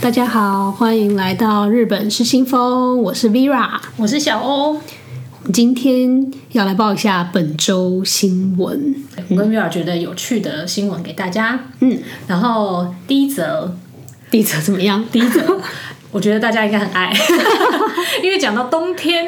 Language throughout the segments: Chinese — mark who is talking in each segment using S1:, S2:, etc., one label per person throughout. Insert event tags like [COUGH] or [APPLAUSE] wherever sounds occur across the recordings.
S1: 大家好，欢迎来到日本是新风，我是 Vera。
S2: 我是小欧。
S1: 今天要来报一下本周新闻。
S2: 我跟 Vera 觉得有趣的新闻给大家。
S1: 嗯，
S2: 然后第一则，
S1: 第一则怎么样？
S2: 第一
S1: [LAUGHS]
S2: 则，我觉得大家应该很爱， [LAUGHS] 因为讲到冬天，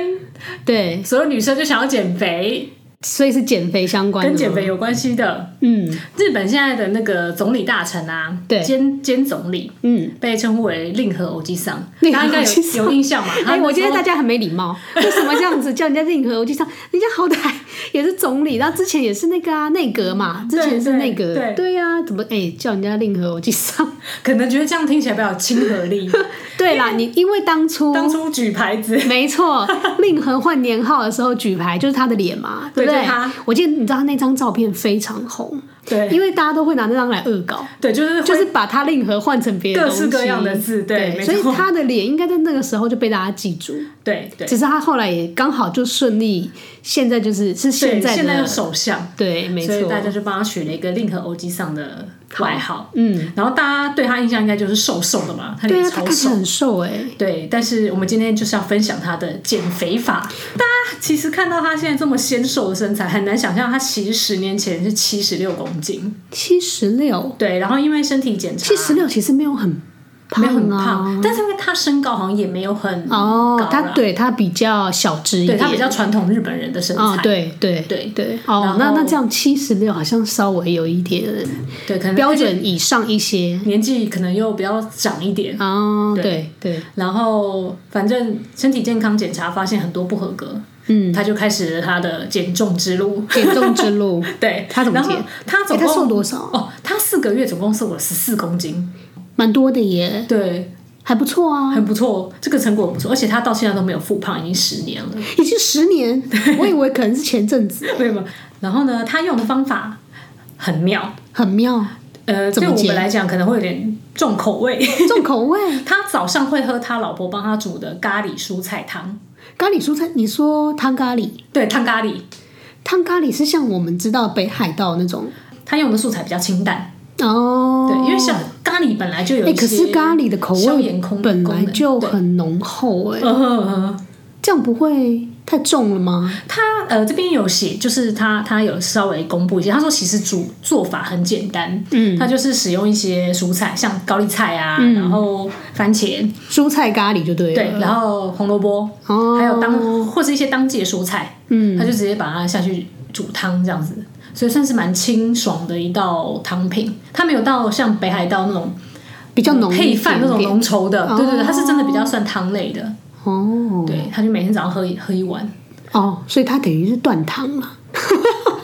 S1: 对，
S2: 所有女生就想要减肥，
S1: 所以是减肥相关的，
S2: 跟减肥。有关系的。
S1: 嗯
S2: 日本现在的那个总理大臣啊，
S1: 对
S2: 兼兼总理 [LAUGHS]
S1: 嗯，
S2: 被称呼为令和欧吉桑，
S1: 令和
S2: 大家应该
S1: 欧吉桑
S2: 有有
S1: [LAUGHS]
S2: 印象嘛？他
S1: 哎、
S2: 那
S1: 我觉
S2: 时
S1: 得
S2: 候
S1: 大家很没礼貌，为什么这样子叫人家令和？我就想，人家好歹 [LAUGHS] 也是总理，然后之前也是那个啊内阁嘛，之前是内阁，
S2: 嗯对对
S1: 对呀、怎么哎、叫人家令和？我就上，
S2: 可能觉得这样听起来比较有亲和
S1: [LAUGHS]
S2: 力。
S1: 对啦，你因为当初
S2: 当初举牌子，
S1: [LAUGHS] 没错，令和换年号的时候举牌就是他的脸
S2: [LAUGHS]
S1: 嘛，
S2: 对
S1: 不对
S2: 就是他？
S1: 我记得你知道他那张照片非常红，
S2: 对
S1: 因为大家都会拿那张来恶搞，
S2: 对，就是会
S1: 就是把他令和换成别的
S2: 各
S1: 东西
S2: 式各样的字对
S1: 对，
S2: 没
S1: 所
S2: 错
S1: 以他的脸应该在那个时候就被大家记住。
S2: 对对
S1: 只是他后来也刚好就顺利，现在就是是
S2: 对
S1: 现在
S2: 现在的
S1: 的
S2: 首相，
S1: 对，没
S2: 所以
S1: 错，
S2: 大家就帮他取了一个令和欧吉桑的外号。
S1: 嗯，
S2: 然后大家对他印象应该就是瘦瘦的嘛，他
S1: 对
S2: 脸
S1: 啊，他
S2: 超
S1: 看起
S2: 瘦
S1: 来。很瘦哎、
S2: 对，但是我们今天就是要分享他的减肥法。大家其实看到他现在这么纤瘦的身材，很难想象他其实十年前是七十六公斤。
S1: 七十六，
S2: 对，然后因为身体检查，
S1: 七十六其实没有很胖
S2: 没
S1: 啊，
S2: 有很胖，但是因为他身高好像也没有很高
S1: 哦
S2: 啦，
S1: 他对他比较小只一
S2: 对
S1: 点，
S2: 他比较传统日本人的身材。
S1: 啊、对对
S2: 对
S1: 对，
S2: 然
S1: 哦
S2: 后，
S1: 那那这样七十六好像稍微有一点
S2: 对，可能
S1: 标
S2: 而且
S1: 准以上一些
S2: 年纪可能又比较长一点。
S1: 哦，对对，
S2: 然后反正身体健康检查发现很多不合格，
S1: 嗯，
S2: 他就开始了他的减重之
S1: [LAUGHS]
S2: 路。
S1: 减重之路，
S2: [LAUGHS] 对
S1: 他怎么
S2: 然后
S1: 减
S2: 他
S1: 哎
S2: 总
S1: 他瘦
S2: 共、
S1: 多少？
S2: 哦，他四个月总共瘦了十四公斤，
S1: 蛮多的耶，
S2: 对，
S1: 还不错啊，
S2: 很不错，哦这个成果很不错，而且他到现在都没有复胖，已经十年了，
S1: 已经十年，我以为可能是前阵子，
S2: 对吗？然后呢，他用的方法很妙，
S1: 很
S2: [LAUGHS]
S1: 妙，
S2: 呃，
S1: 怎
S2: 对
S1: 么
S2: 我
S1: 减
S2: 们来讲可能会有点重口味。 [LAUGHS]
S1: 重口味。
S2: 他早上会喝他老婆帮他煮的咖喱蔬菜汤，
S1: 咖喱蔬菜，你说汤咖喱，
S2: 对，汤咖喱。
S1: 汤咖喱是像我们知道北海道那种
S2: 他用的素材比较清淡，
S1: 哦，
S2: 对，因为像咖喱本来就有
S1: 哎、
S2: 一些，
S1: 可是咖喱的口
S2: 消
S1: 味
S2: 炎空
S1: 本来就
S2: 功能
S1: 很浓厚哎、
S2: 对嗯哼嗯哼
S1: 这样不会太重了吗？
S2: 他呃这边有写，就是他他有稍微公布一下，他说其实煮做法很简单，
S1: 嗯，
S2: 他就是使用一些蔬菜，像高丽菜啊，
S1: 嗯
S2: 然后番茄，
S1: 蔬菜咖喱就对了，
S2: 对，然后红萝卜，
S1: 哦，
S2: 还有当或是一些当季的蔬菜，
S1: 嗯
S2: 他就直接把它下去煮汤这样子，所以算是蛮清爽的一道汤品。它没有到像北海道那种
S1: 比较浓
S2: 嗯配
S1: 一
S2: 饭
S1: 点
S2: 那种
S1: 点
S2: 浓稠的，对对
S1: 哦
S2: 对，它是真的比较算汤类的。
S1: 哦
S2: 对，他就每天早上喝一喝一碗，
S1: 哦，所以它等于是断糖
S2: [LAUGHS]
S1: 了，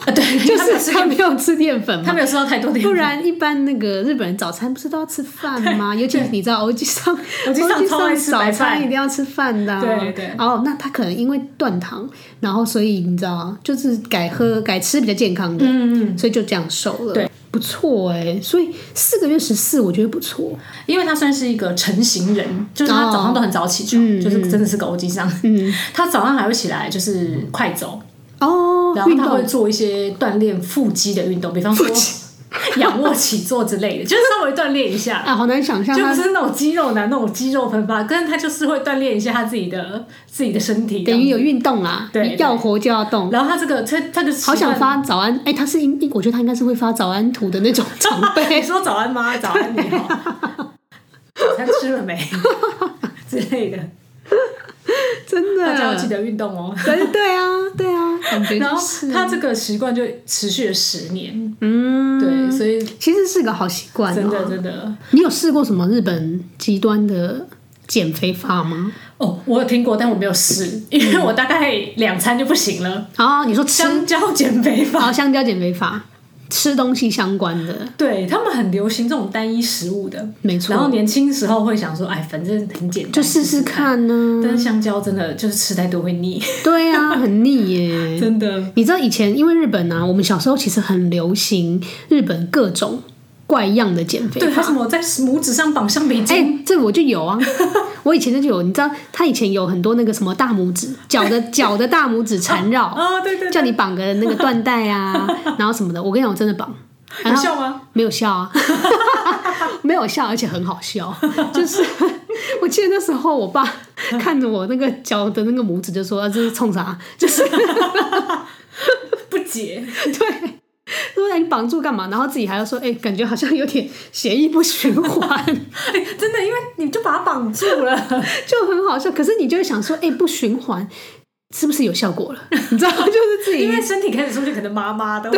S2: 啊、 [LAUGHS] 对，
S1: 就
S2: 他没有
S1: 是
S2: 吃
S1: 它没有吃淀
S2: [LAUGHS]
S1: 粉
S2: 他
S1: 嘛。
S2: 没有吃到太多淀
S1: 不
S2: 粉，
S1: 然，一般那个日本人早餐不是都要吃饭
S2: [LAUGHS]
S1: 吗？尤其是你知道，欧吉桑，
S2: 欧吉桑
S1: 欧
S2: 超爱吃
S1: 早
S2: 白
S1: 餐
S2: 饭
S1: 一定要吃饭的啊、
S2: 对对
S1: 哦，那他可能因为断糖，然后所以你知道，就是改喝改吃比较健康的，
S2: 嗯嗯嗯，
S1: 所以就这样瘦了。
S2: 对，
S1: 不错哎、所以四个月十四，我觉得不错。
S2: 因为他算是一个成型人，就是他早上都很早起床，
S1: 哦嗯
S2: 就是真的是个欧吉桑，
S1: 嗯，
S2: 他早上还会起来就是快走，
S1: 哦
S2: 然，后
S1: 运
S2: 他会
S1: 动
S2: 做一些锻炼腹肌的运动，比方说 [LAUGHS] 仰卧起坐之
S1: [LAUGHS]
S2: 类的，就是稍微锻炼一下。
S1: 啊，好难想象
S2: 就不
S1: 他
S2: 是那种肌肉男那种肌肉喷发，但是他就是会锻炼一下他自己的自己的身体这
S1: 等
S2: 样。
S1: 于有运动啦，
S2: 对对
S1: 要活就要动。
S2: 然后他这个他他的习
S1: 好
S2: 惯
S1: 想发早安，哎、他是应，应我觉得他应该是会发早安图的那种长
S2: 你
S1: [LAUGHS]
S2: [LAUGHS]
S1: 辈。
S2: 说早安吗？早安你
S1: [LAUGHS]
S2: 好，早餐吃了没之类的，
S1: 真的，
S2: 大家要记得运动哦。
S1: 对对啊，对啊，感觉
S2: 然
S1: 就
S2: 后
S1: 是，
S2: 他这个习惯就持续了十年，
S1: 嗯，
S2: 对，所以
S1: 其实是个好习惯、哦。
S2: 真的真的
S1: 你有试过什么日本极端的减肥法吗？
S2: 哦，我有听过，但我没有
S1: 嗯
S2: 试，因为我大概两餐就不行了。
S1: 啊、你说吃，
S2: 香蕉减肥法，
S1: 啊，香蕉减肥法，吃东西相关的，
S2: 对他们很流行这种单一食物的，
S1: 没错，
S2: 然后年轻时候会想说，哎，反正很简单，
S1: 就试试。看呢、
S2: 但是香蕉真的就是吃太多会腻，
S1: 对啊，很腻耶。
S2: 真的。
S1: 你知道以前因为日本啊，我们小时候其实很流行日本各种怪样的减肥
S2: [LAUGHS] 对，啊
S1: 法
S2: 他。什么在拇指上绑橡皮
S1: 哎、
S2: 筋？
S1: 这我就有啊，我以前就有，你知道，他以前有很多那个什么大拇指，脚的 [LAUGHS] 脚的大拇指缠绕，
S2: 啊，对对对，
S1: 叫你绑个那个缎带啊，然后什么的。我跟你讲，我真的绑，然
S2: 有
S1: 后
S2: 效吗？
S1: 没有效啊，没有笑，而且很好笑。就是我记得那时候我爸 [LAUGHS] 看着我那个脚的那个拇指就说：“啊、这是冲啥？” [LAUGHS] 就是
S2: 不
S1: [LAUGHS]
S2: 解，
S1: 对。说哎你绑住干嘛？然后自己还要说，哎、感觉好像有点血液不循环，
S2: [LAUGHS] 哎真的，因为你就把它绑住
S1: [LAUGHS]
S2: 了，
S1: 就很好笑。可是你就会想说，哎、不循环是不是有效果了？ [LAUGHS] 你知道，就是自己
S2: 因为身体开始出现可能麻麻的。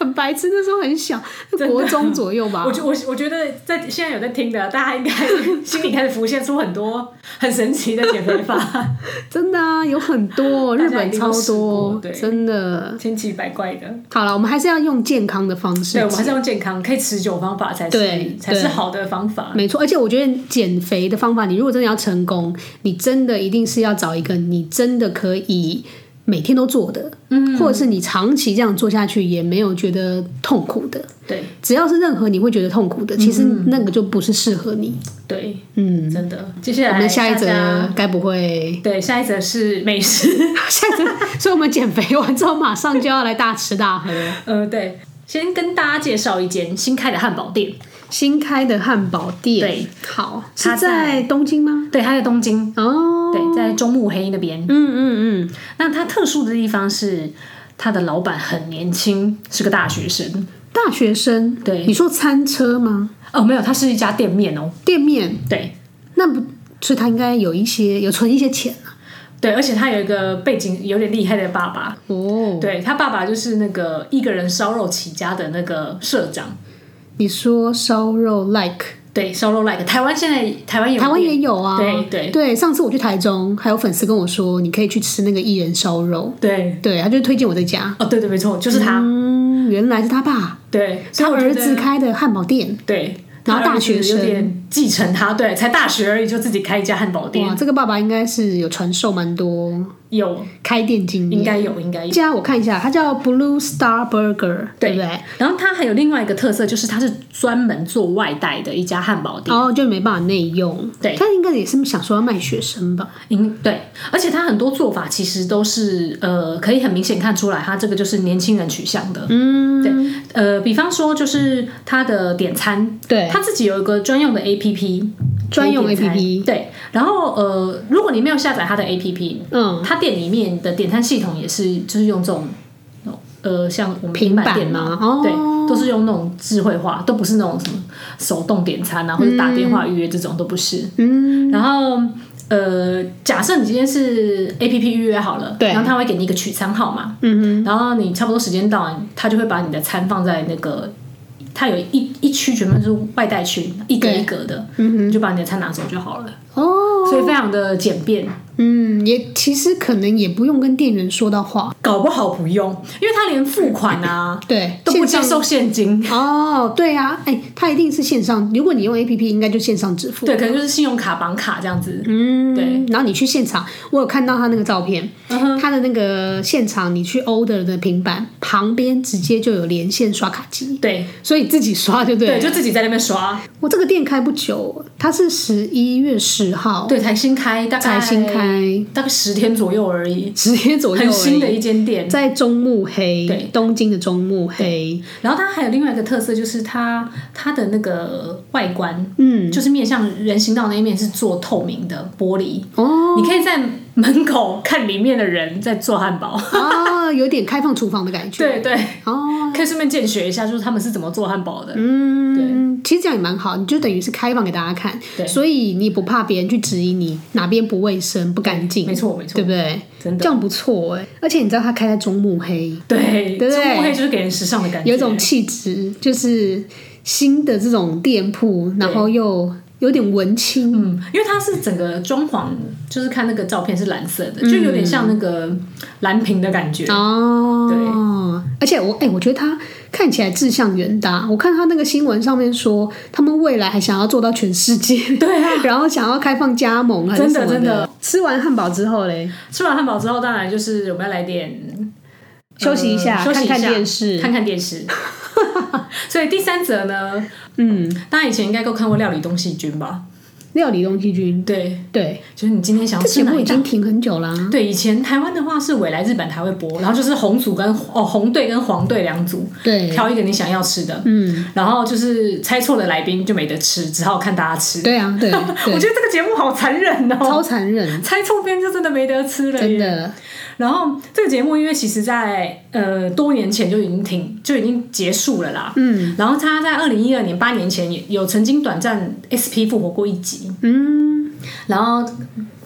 S1: 很白痴，那时候很小，国中左右吧
S2: 我。觉我我觉得在现在有在听的，大家应该心里开始浮现出很多 [LAUGHS] 很神奇的减肥
S1: [LAUGHS]
S2: 法，
S1: 真的啊，有很多，
S2: 大
S1: 日
S2: 家一
S1: 本
S2: 定
S1: 超
S2: 都试过
S1: 多
S2: 对，
S1: 真的。
S2: 千奇百怪的。
S1: 好了，我们还是要用健康的方式
S2: 对，我们还是用健康、可以持久的方法才是
S1: 对
S2: 才是
S1: 对
S2: 好的方法。
S1: 没错，而且我觉得减肥的方法，你如果真的要成功，你真的一定是要找一个你真的可以每天都做的，嗯，或者是你长期这样做下去也没有觉得痛苦的。
S2: 对
S1: 只要是任何你会觉得痛苦的，其实那个就不是适合你。
S2: 对，
S1: 嗯，
S2: 真的。接下来
S1: 我们下一
S2: 大家
S1: 则该不会 [LAUGHS]
S2: 对，下一则是美食。
S1: 下一则？所以我们减肥完之后马上就要来大吃大喝。
S2: 呃，对，先跟大家介绍一间新开的汉堡店，
S1: 新开的汉堡店，
S2: 对，
S1: 好，
S2: 它
S1: 是
S2: 在
S1: 在东京吗？
S2: 对，它在东京，
S1: 哦，
S2: 对，在中目黑那边。
S1: 嗯嗯嗯，
S2: 那它特殊的地方是，它的老板很年轻，是个大学生。
S1: 大学生，
S2: 对
S1: 你说餐车吗？
S2: 哦，没有，它是一家店面哦。
S1: 店面，
S2: 对
S1: 那不，所以他应该有一些有存一些钱啊。
S2: 对，而且他有一个背景有点厉害的爸爸。
S1: 哦，
S2: 对他爸爸就是那个一个人烧肉起家的那个社长，
S1: 你说烧肉 like，
S2: 对烧肉 like 台湾现在台湾有
S1: 台湾
S2: 店
S1: 也有啊。
S2: 对对
S1: 对，上次我去台中，还有粉丝跟我说，你可以去吃那个薏仁烧肉。
S2: 对
S1: 对，他就推荐我这家。
S2: 哦对对没错就是他、
S1: 嗯，原来是他爸，
S2: 对，所以
S1: 他
S2: 我觉得
S1: 儿子开的汉堡店。
S2: 对，
S1: 然后
S2: 他儿
S1: 大学
S2: 子有
S1: 生
S2: 点继承他，对，才大学而已就自己开一家汉堡
S1: 哇，
S2: 店，
S1: 这个爸爸应该是有传授蛮多
S2: 有
S1: 开店经
S2: 应
S1: 验。
S2: 该有应该
S1: 这
S2: 有。
S1: 家我看一下，它叫 Blue Star Burger，对不对？
S2: 然后他还有另外一个特色，就是他是专门做外带的一家汉堡店。
S1: 然哦后就没办法内用。
S2: 对
S1: 他应该也是想说要卖学生吧？
S2: 嗯，对，而且他很多做法其实都是呃，可以很明显看出来，他这个就是年轻人取向的。嗯，对，呃，比方说就是他的点餐，
S1: 对，
S2: 他自己有一个专用的 APP，
S1: 专用
S2: 可以点餐
S1: APP
S2: 对，然后呃，如果你没有下载他的 APP，
S1: 嗯，
S2: 他店里面的点餐系统也是就是用这种。呃，像我们
S1: 平板
S2: 电脑，
S1: 吗哦
S2: 对，都是用那种智慧化，都不是那种什么手动点餐啊，或者打电话预约这种、都不是。
S1: 嗯，
S2: 然后呃，假设你今天是 A P P 预约好了，
S1: 对
S2: 然后他会给你一个取餐号码，嗯哼，然后你差不多时间到，他就会把你的餐放在那个。它有一一区全部是外带区，一格
S1: 对
S2: 一格的，嗯、就把你的餐拿走就好了，
S1: 哦，
S2: 所以非常的简便，
S1: 嗯，也其实可能也不用跟店员说到话，
S2: 搞不好不用，因为它连付款啊
S1: 对，
S2: 都不接
S1: 线上
S2: 受现金，
S1: 哦，对啊，哎、它一定是线上，如果你用 A P P，应该就线上支付。
S2: 对，可能就是信用卡绑卡这样子，
S1: 嗯，
S2: 对。嗯
S1: 然后你去现场，我有看到他那个照片，他的那个现场，你去 order 的平板旁边直接就有连线刷卡机，
S2: 对
S1: 所以自己刷就对
S2: 对，
S1: 了。
S2: 就自己在那边刷，
S1: 我这个店开不久，它是十一月十号
S2: 对，才新开，大概
S1: 哦才新，开，
S2: 大概十天左右而已，
S1: 十天左右而已，
S2: 很新的一间店，
S1: 在中目黑，
S2: 对
S1: 东京的中目黑，
S2: 然后它还有另外一个特色，就是它它的那个外观，
S1: 嗯，
S2: 就是面向人行道那一面是做透明的玻璃，
S1: 哦
S2: 你可以在门口看里面的人在做汉堡。
S1: 啊，有点开放厨房的感觉，
S2: 对对，
S1: 哦，
S2: 可以顺便见学一下，就是他们是怎么做汉堡的。
S1: 嗯，其实这样也蛮好，你就等于是开放给大家看，所以你也不怕别人去质疑你哪边不卫生、不干净，
S2: 没错没错
S1: 对不对？
S2: 真
S1: 这样不错哎、而且你知道它开在中目黑，
S2: 对，
S1: 对
S2: 中目黑就是给人时尚的感觉，
S1: 有一种气质，就是新的这种店铺，然后又有点文青，
S2: 嗯，因为它是整个装潢，就是看那个照片是蓝色
S1: 嗯
S2: 的，就有点像那个蓝屏的感觉。
S1: 哦，对，而且我哎、我觉得他看起来志向远大。我看他那个新闻上面说，他们未来还想要做到全世界，
S2: 对啊，
S1: [LAUGHS] 然后想要开放加盟还是
S2: 真
S1: 什
S2: 的
S1: 么
S2: 真的。
S1: 吃完汉堡之后嘞，
S2: 吃完汉堡之后，当然就是我们要来点
S1: 休息一下，
S2: 呃休息一下
S1: 看看电视。
S2: 看看
S1: [LAUGHS]
S2: 电视。所以第三则呢，嗯，大家以前应该都看过《料理东西君》吧？
S1: 料理东西君，
S2: 对，
S1: 对，
S2: 就是你今天想要
S1: 这
S2: 吃
S1: 节
S2: 哪
S1: 目
S2: 一
S1: 已
S2: 道
S1: 经停很久啦、
S2: 对，以前台湾的话是未来日本台会播，然后就是红组跟哦红队跟黄队两组，
S1: 对，
S2: 挑一个你想要吃的，
S1: 嗯，
S2: 然后就是猜错的来宾就没得吃，只好看大家吃。
S1: 对啊，
S2: [LAUGHS]
S1: 对
S2: 我
S1: 对，
S2: 觉得这个节目好残忍哦，
S1: 超残忍，
S2: 猜错边就真的没得吃了
S1: 真
S2: 耶。
S1: 的，
S2: 然后这个节目因为其实在呃多年前就已经停就已经结束了啦，
S1: 嗯
S2: 然后他在二零一二年八年前也有曾经短暂 SP 复活过一集，
S1: 嗯，
S2: 然后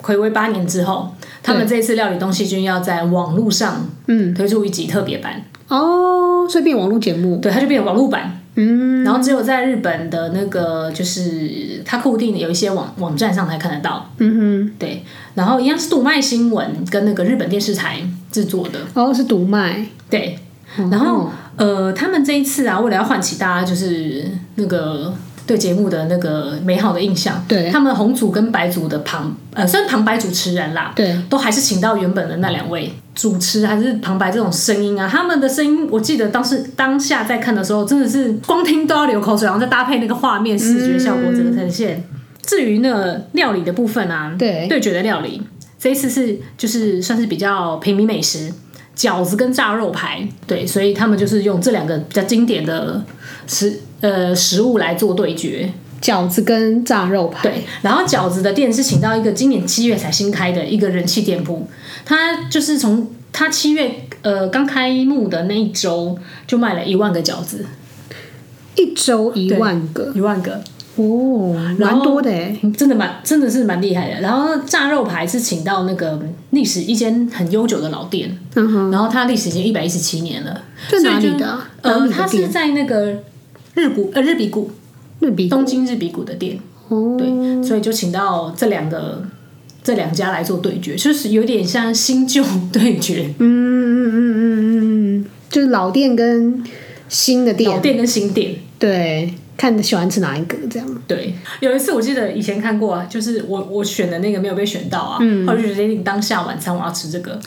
S2: 回归八年之后，他们这一次料理东西君要在网络上
S1: 嗯，
S2: 推出一集特别版，
S1: 哦，所以变网络节目，
S2: 对，它就变成网络版，
S1: 嗯，
S2: 然后只有在日本的那个就是它固定的有一些网网站上才看得到，
S1: 嗯
S2: 对，然后一样是读卖新闻跟那个日本电视台制作的，
S1: 哼，哦，是读卖，
S2: 对，
S1: 哦
S2: 嗯然后呃，他们这一次啊，为了要唤起大家就是那个对节目的那个美好的印象，
S1: 对
S2: 他们红组跟白组的旁呃，算旁白主持人啦，
S1: 对，
S2: 都还是请到原本的那两位主持还是旁白这种声音啊，他们的声音，我记得当时当下在看的时候，真的是光听都要流口水，然后再搭配那个画面视觉效果整个呈现。至于那个料理的部分啊，
S1: 对
S2: 对决的料理，这一次是就是算是比较平民美食。饺子跟炸肉排，对，所以他们就是用这两个比较经典的食呃食物来做对决。
S1: 饺子跟炸肉排，
S2: 对，然后饺子的店是请到一个今年七月才新开的一个人气店铺，它就是从它七月呃刚开幕的那一周就卖了一万个饺子，
S1: 一周一万个，
S2: 一万个，
S1: 哦，
S2: 然
S1: 蛮
S2: 后
S1: 多的哎，
S2: 真的蛮真的是蛮厉害的。然后炸肉排是请到那个历史一间很悠久的老店，
S1: 嗯哼，
S2: 然后它历史已经一百一十七年了，
S1: 在
S2: 所以
S1: 哪里
S2: 就
S1: 的啊？哪
S2: 呃，
S1: 里
S2: 它
S1: 的
S2: 是
S1: 店？
S2: 在那个日谷呃日比谷
S1: 日比谷
S2: 东京日比谷的店。
S1: 哦，
S2: 对，所以就请到这两个这两家来做对决，就是有点像新旧 [LAUGHS] 对决，
S1: 嗯嗯嗯嗯嗯嗯，就是老店跟新的
S2: 老
S1: 店，
S2: 店跟新店。
S1: 对，看喜欢吃哪一个这样。
S2: 对，有一次我记得以前看过啊，就是我我选的那个没有被选到啊，
S1: 嗯
S2: 后来就决定当下晚餐我要吃这个，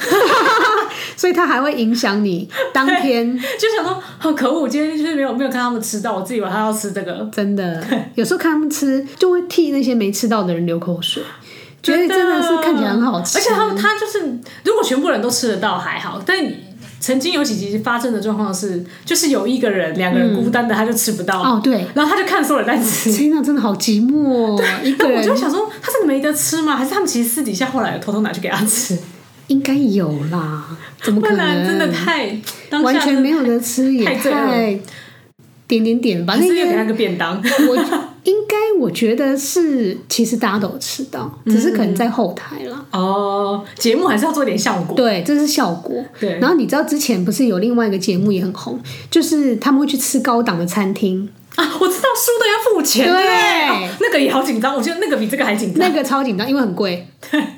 S1: 所以它还会影响你当天，
S2: [LAUGHS] 就想说好、可恶，我今天就是没有没有看他们吃到，我自以为他要吃这个，
S1: 真的。有时候看他们吃，就会替那些没吃到的人流口水，觉得真的是看起来很好吃。
S2: 而且他们他就是如果全部人都吃得到还好，但。曾经有几集发生的状况是，就是有一个人两个人孤单的，他就吃不到，
S1: 嗯哦，对，
S2: 然后他就看所有人在吃，
S1: 天哪，真的好寂寞、哦，一个
S2: 我就
S1: 人
S2: 想说，他真的没得吃吗？还是他们其实私底下后来有偷偷拿去给
S1: [LAUGHS]
S2: 他吃？
S1: 应该有啦，怎么
S2: 不
S1: 可
S2: 然真的
S1: 能？
S2: 太当下
S1: 完全没有得吃，也
S2: 太罪恶了
S1: 太点点点吧，
S2: 还
S1: 啊那
S2: 是
S1: 应
S2: 又给
S1: 该
S2: 他个便当。 [LAUGHS]
S1: 我应该我觉得是，其实大家都有吃到，
S2: 嗯
S1: 只是可能在后台啦。
S2: 哦，节目还是要做点效果。
S1: 对，这是效果。
S2: 嗯对
S1: 然后你知道之前不是有另外一个节目也很红，就是他们会去吃高档的餐
S2: [LAUGHS]
S1: 厅，
S2: 啊，我知道输的要付钱，
S1: 对
S2: 不哦那个也好紧张，我觉得那个比这个还紧张。
S1: 那个超紧张，因为很
S2: [LAUGHS]
S1: 贵，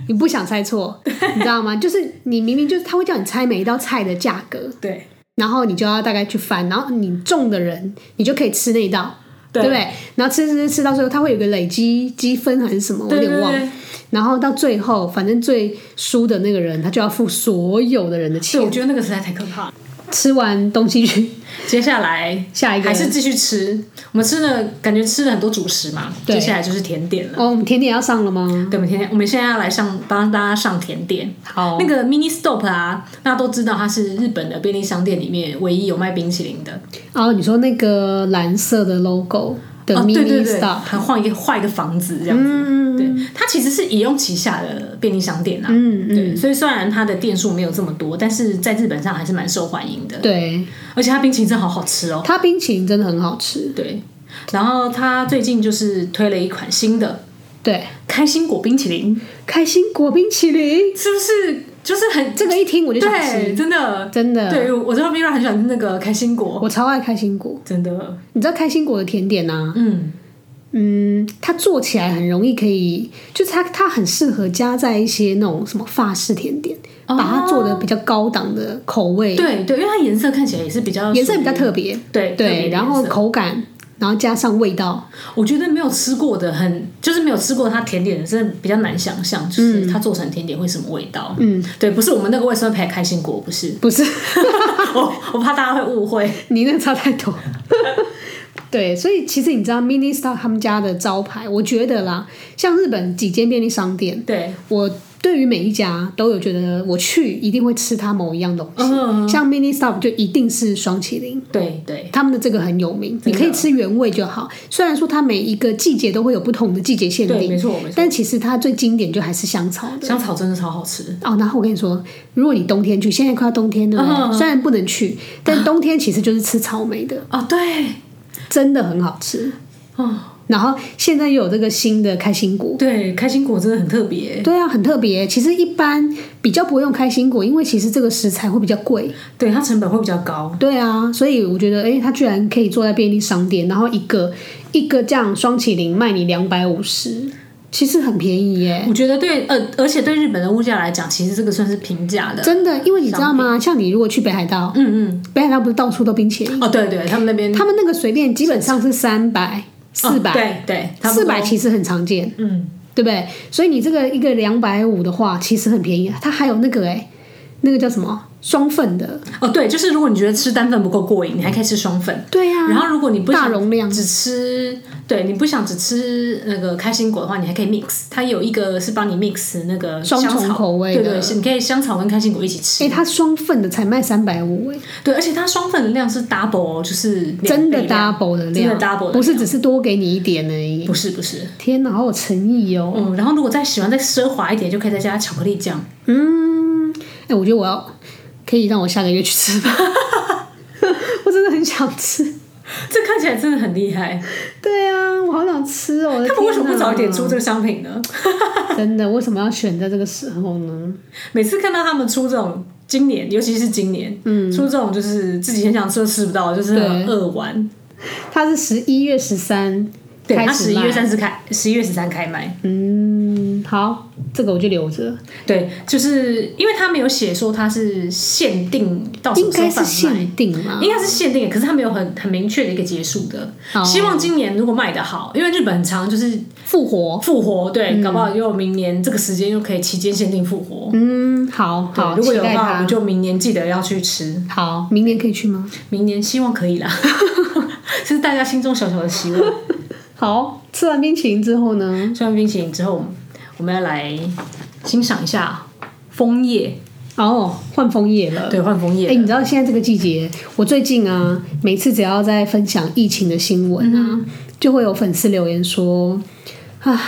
S1: 你不想猜错，你知道吗？就是你明明就是他会叫你猜每一道菜的价格，
S2: 对
S1: 然后你就要大概去翻，然后你中的人你就可以吃那一道，对不
S2: 对
S1: 对？然后吃吃吃吃到最后，它会有个累积积分还是什么，我有
S2: 对
S1: 点忘了。
S2: 对
S1: 然后到最后，反正最输的那个人，他就要付所有的人的
S2: 对，我
S1: 钱。
S2: 觉得那个实在太可怕了。
S1: 吃完东西去
S2: 接下来
S1: 下一个
S2: 还是继续吃，我们吃了感觉吃了很多主食嘛，
S1: 对
S2: 接下来就是甜点了。
S1: 哦，我们甜点要上了吗？
S2: 对，我们天天我们现在要来上帮大家上甜点。
S1: 好
S2: 那个 mini stop 啊，大家都知道它是日本的便利商店里面唯一有卖冰淇淋的。
S1: 哦，你说那个蓝色的 logo 的
S2: 哦，对对
S1: mini
S2: 对，
S1: star，
S2: 还换一个换一个房子这样子。
S1: 嗯，
S2: 对，它其实是以用旗下的便利商店啊。
S1: 嗯嗯
S2: 对，所以虽然它的店数没有这么多，但是在日本上还是蛮受欢迎的。
S1: 对，
S2: 而且它冰淇淋真的好好吃哦。
S1: 它冰淇淋真的很好吃，
S2: 对，然后它最近就是推了一款新的
S1: 对，
S2: 开心果冰淇淋，
S1: 开心果冰淇淋，
S2: 是不是就是很
S1: 这个一听我就想
S2: 对，
S1: 吃，
S2: 真的
S1: 真的，
S2: 对，我知道 Mira 很喜欢那个开心果，
S1: 我超爱开心果。
S2: 真的，
S1: 你知道开心果的甜点啊，
S2: 嗯，
S1: 嗯，它做起来很容易可以，就是它它很适合加在一些那种什么法式甜点，
S2: 哦
S1: 把它做的比较高档的口味，
S2: 对对，因为它颜色看起来也是比较
S1: 颜色
S2: 属于
S1: 比较特别，
S2: 对哦特别的
S1: 对，然后
S2: 颜色
S1: 口感，然后加上味道，
S2: 我觉得没有吃过的很，就是没有吃过它甜点的，真的比较难想象，就是它做成甜点会什么味道。
S1: 嗯，
S2: 对，不是我们那个味酸牌开心果，
S1: [LAUGHS]
S2: 不是
S1: 不是
S2: 我，我怕大家会误会。
S1: 你那个差太多。对，所以其实你知道 Mini Star 他们家的招牌，我觉得啦，像日本几间便利商店，
S2: 对，
S1: 我对于每一家都有觉得我去一定会吃它某一样东西。
S2: 嗯，
S1: 像 Mini Stop 就一定是双麒麟，
S2: 对对，
S1: 他们的这个很有名，
S2: 真
S1: 你
S2: 的
S1: 可以吃原味就好。虽然说它每一个季节都会有不同的季节限
S2: 对，
S1: 定，
S2: 没错没错，
S1: 但其实它最经典就还是香草的。
S2: 香草真的超好吃，
S1: 哦，然后我跟你说，如果你冬天去，现在快要冬天了，
S2: 嗯嗯嗯
S1: 虽然不能去，但冬天其实就是吃草莓
S2: [LAUGHS]
S1: 的，
S2: 哦，对，
S1: 真的很好吃。
S2: 哦，
S1: 然后现在又有这个新的开心果，
S2: 对，开心果真的很特别，
S1: 对啊，很特别。其实一般比较不会用开心果，因为其实这个食材会比较贵。
S2: 对，它成本会比较高，
S1: 对啊，所以我觉得，哎，它居然可以坐在便利商店，然后一个一个这样双麒麟卖你两百五十，其实很便宜耶。
S2: 我觉得对，呃，而且对日本的物价来讲，其实这个算是平价的，
S1: 真的，因为你知道吗？像你如果去北海道，
S2: 嗯
S1: 北海道不是到处都冰淇淋，
S2: 嗯，哦，对对，他们那边
S1: 他们那个随便基本上是三百、四
S2: 哦
S1: 百、
S2: 对对，差不多
S1: 四百，其实很常见，
S2: 嗯，
S1: 对不对？所以你这个一个两百五的话，其实很便宜。它还有那个哎，那个叫什么双份的，
S2: 哦，对，就是如果你觉得吃单份不够过瘾，你还可以吃双份。
S1: 对呀、
S2: 然后如果你不
S1: 大
S2: 想
S1: 容量
S2: 只吃，对你不想只吃那个开心果的话，你还可以 mix，它有一个是帮你 mix 那个
S1: 双重
S2: 香草
S1: 口味的
S2: 对对，是你可以香草跟开心果一起吃。
S1: 哎，它双份的才卖三百五哎。
S2: 对，而且它双份的量是 double，哦就是两
S1: 真的
S2: 倍量
S1: double 的
S2: 真
S1: 量，
S2: 的 double 的
S1: 不是
S2: 量
S1: 只是多给你一点而已。
S2: 不是不是。
S1: 天哪，好有诚意哦！
S2: 嗯，然后如果再喜欢再奢华一点，就可以再加巧克力酱。
S1: 哎、我觉得我要可以让我下个月去吃吧， [LAUGHS] 我真的很想吃。
S2: 这看起来真的很厉害。
S1: 对啊，我好想吃哦！我的
S2: 他们为什么
S1: 天
S2: 不
S1: 哪
S2: 早一点？出这个商品呢？
S1: 真的，为什么要选在这个时候呢？
S2: 每次看到他们出这种，今年尤其是今年，嗯，出这种就是自己很想吃又吃不到，就是很
S1: 对
S2: 扼腕。
S1: 它是十一月十三
S2: 对，
S1: 开
S2: 他
S1: 始
S2: 十一
S1: 卖
S2: 月三十开，十一月十三开卖。
S1: 嗯，好，这个我就留着，
S2: 对，就是因为他没有写说它是限定到什
S1: 应
S2: 么时候
S1: 该是
S2: 贩卖，
S1: 限定嘛。
S2: 应该是限定的，可是他没有很很明确的一个结束的。
S1: 哦
S2: 希望今年如果卖的好，因为日本很常就是
S1: 复活，
S2: 复活，对，搞不好又明年这个时间又可以期间限定复活。
S1: 嗯，好好，
S2: 对如果有
S1: 期
S2: 的
S1: 待
S2: 话，我
S1: 它
S2: 们就明年记得要去吃。
S1: 好，明年可以去吗？
S2: 明年希望可以啦， [LAUGHS] 这是大家心中小小的希望。
S1: 好，吃完冰淇淋之后呢？
S2: 吃完冰淇淋之后，我们要来欣赏一下枫叶，
S1: 哦，换枫叶了。
S2: 对，换枫
S1: 哎、
S2: 叶。
S1: 你知道现在这个季节，我最近啊，每次只要在分享疫情的新闻啊，就会有粉丝留言说啊。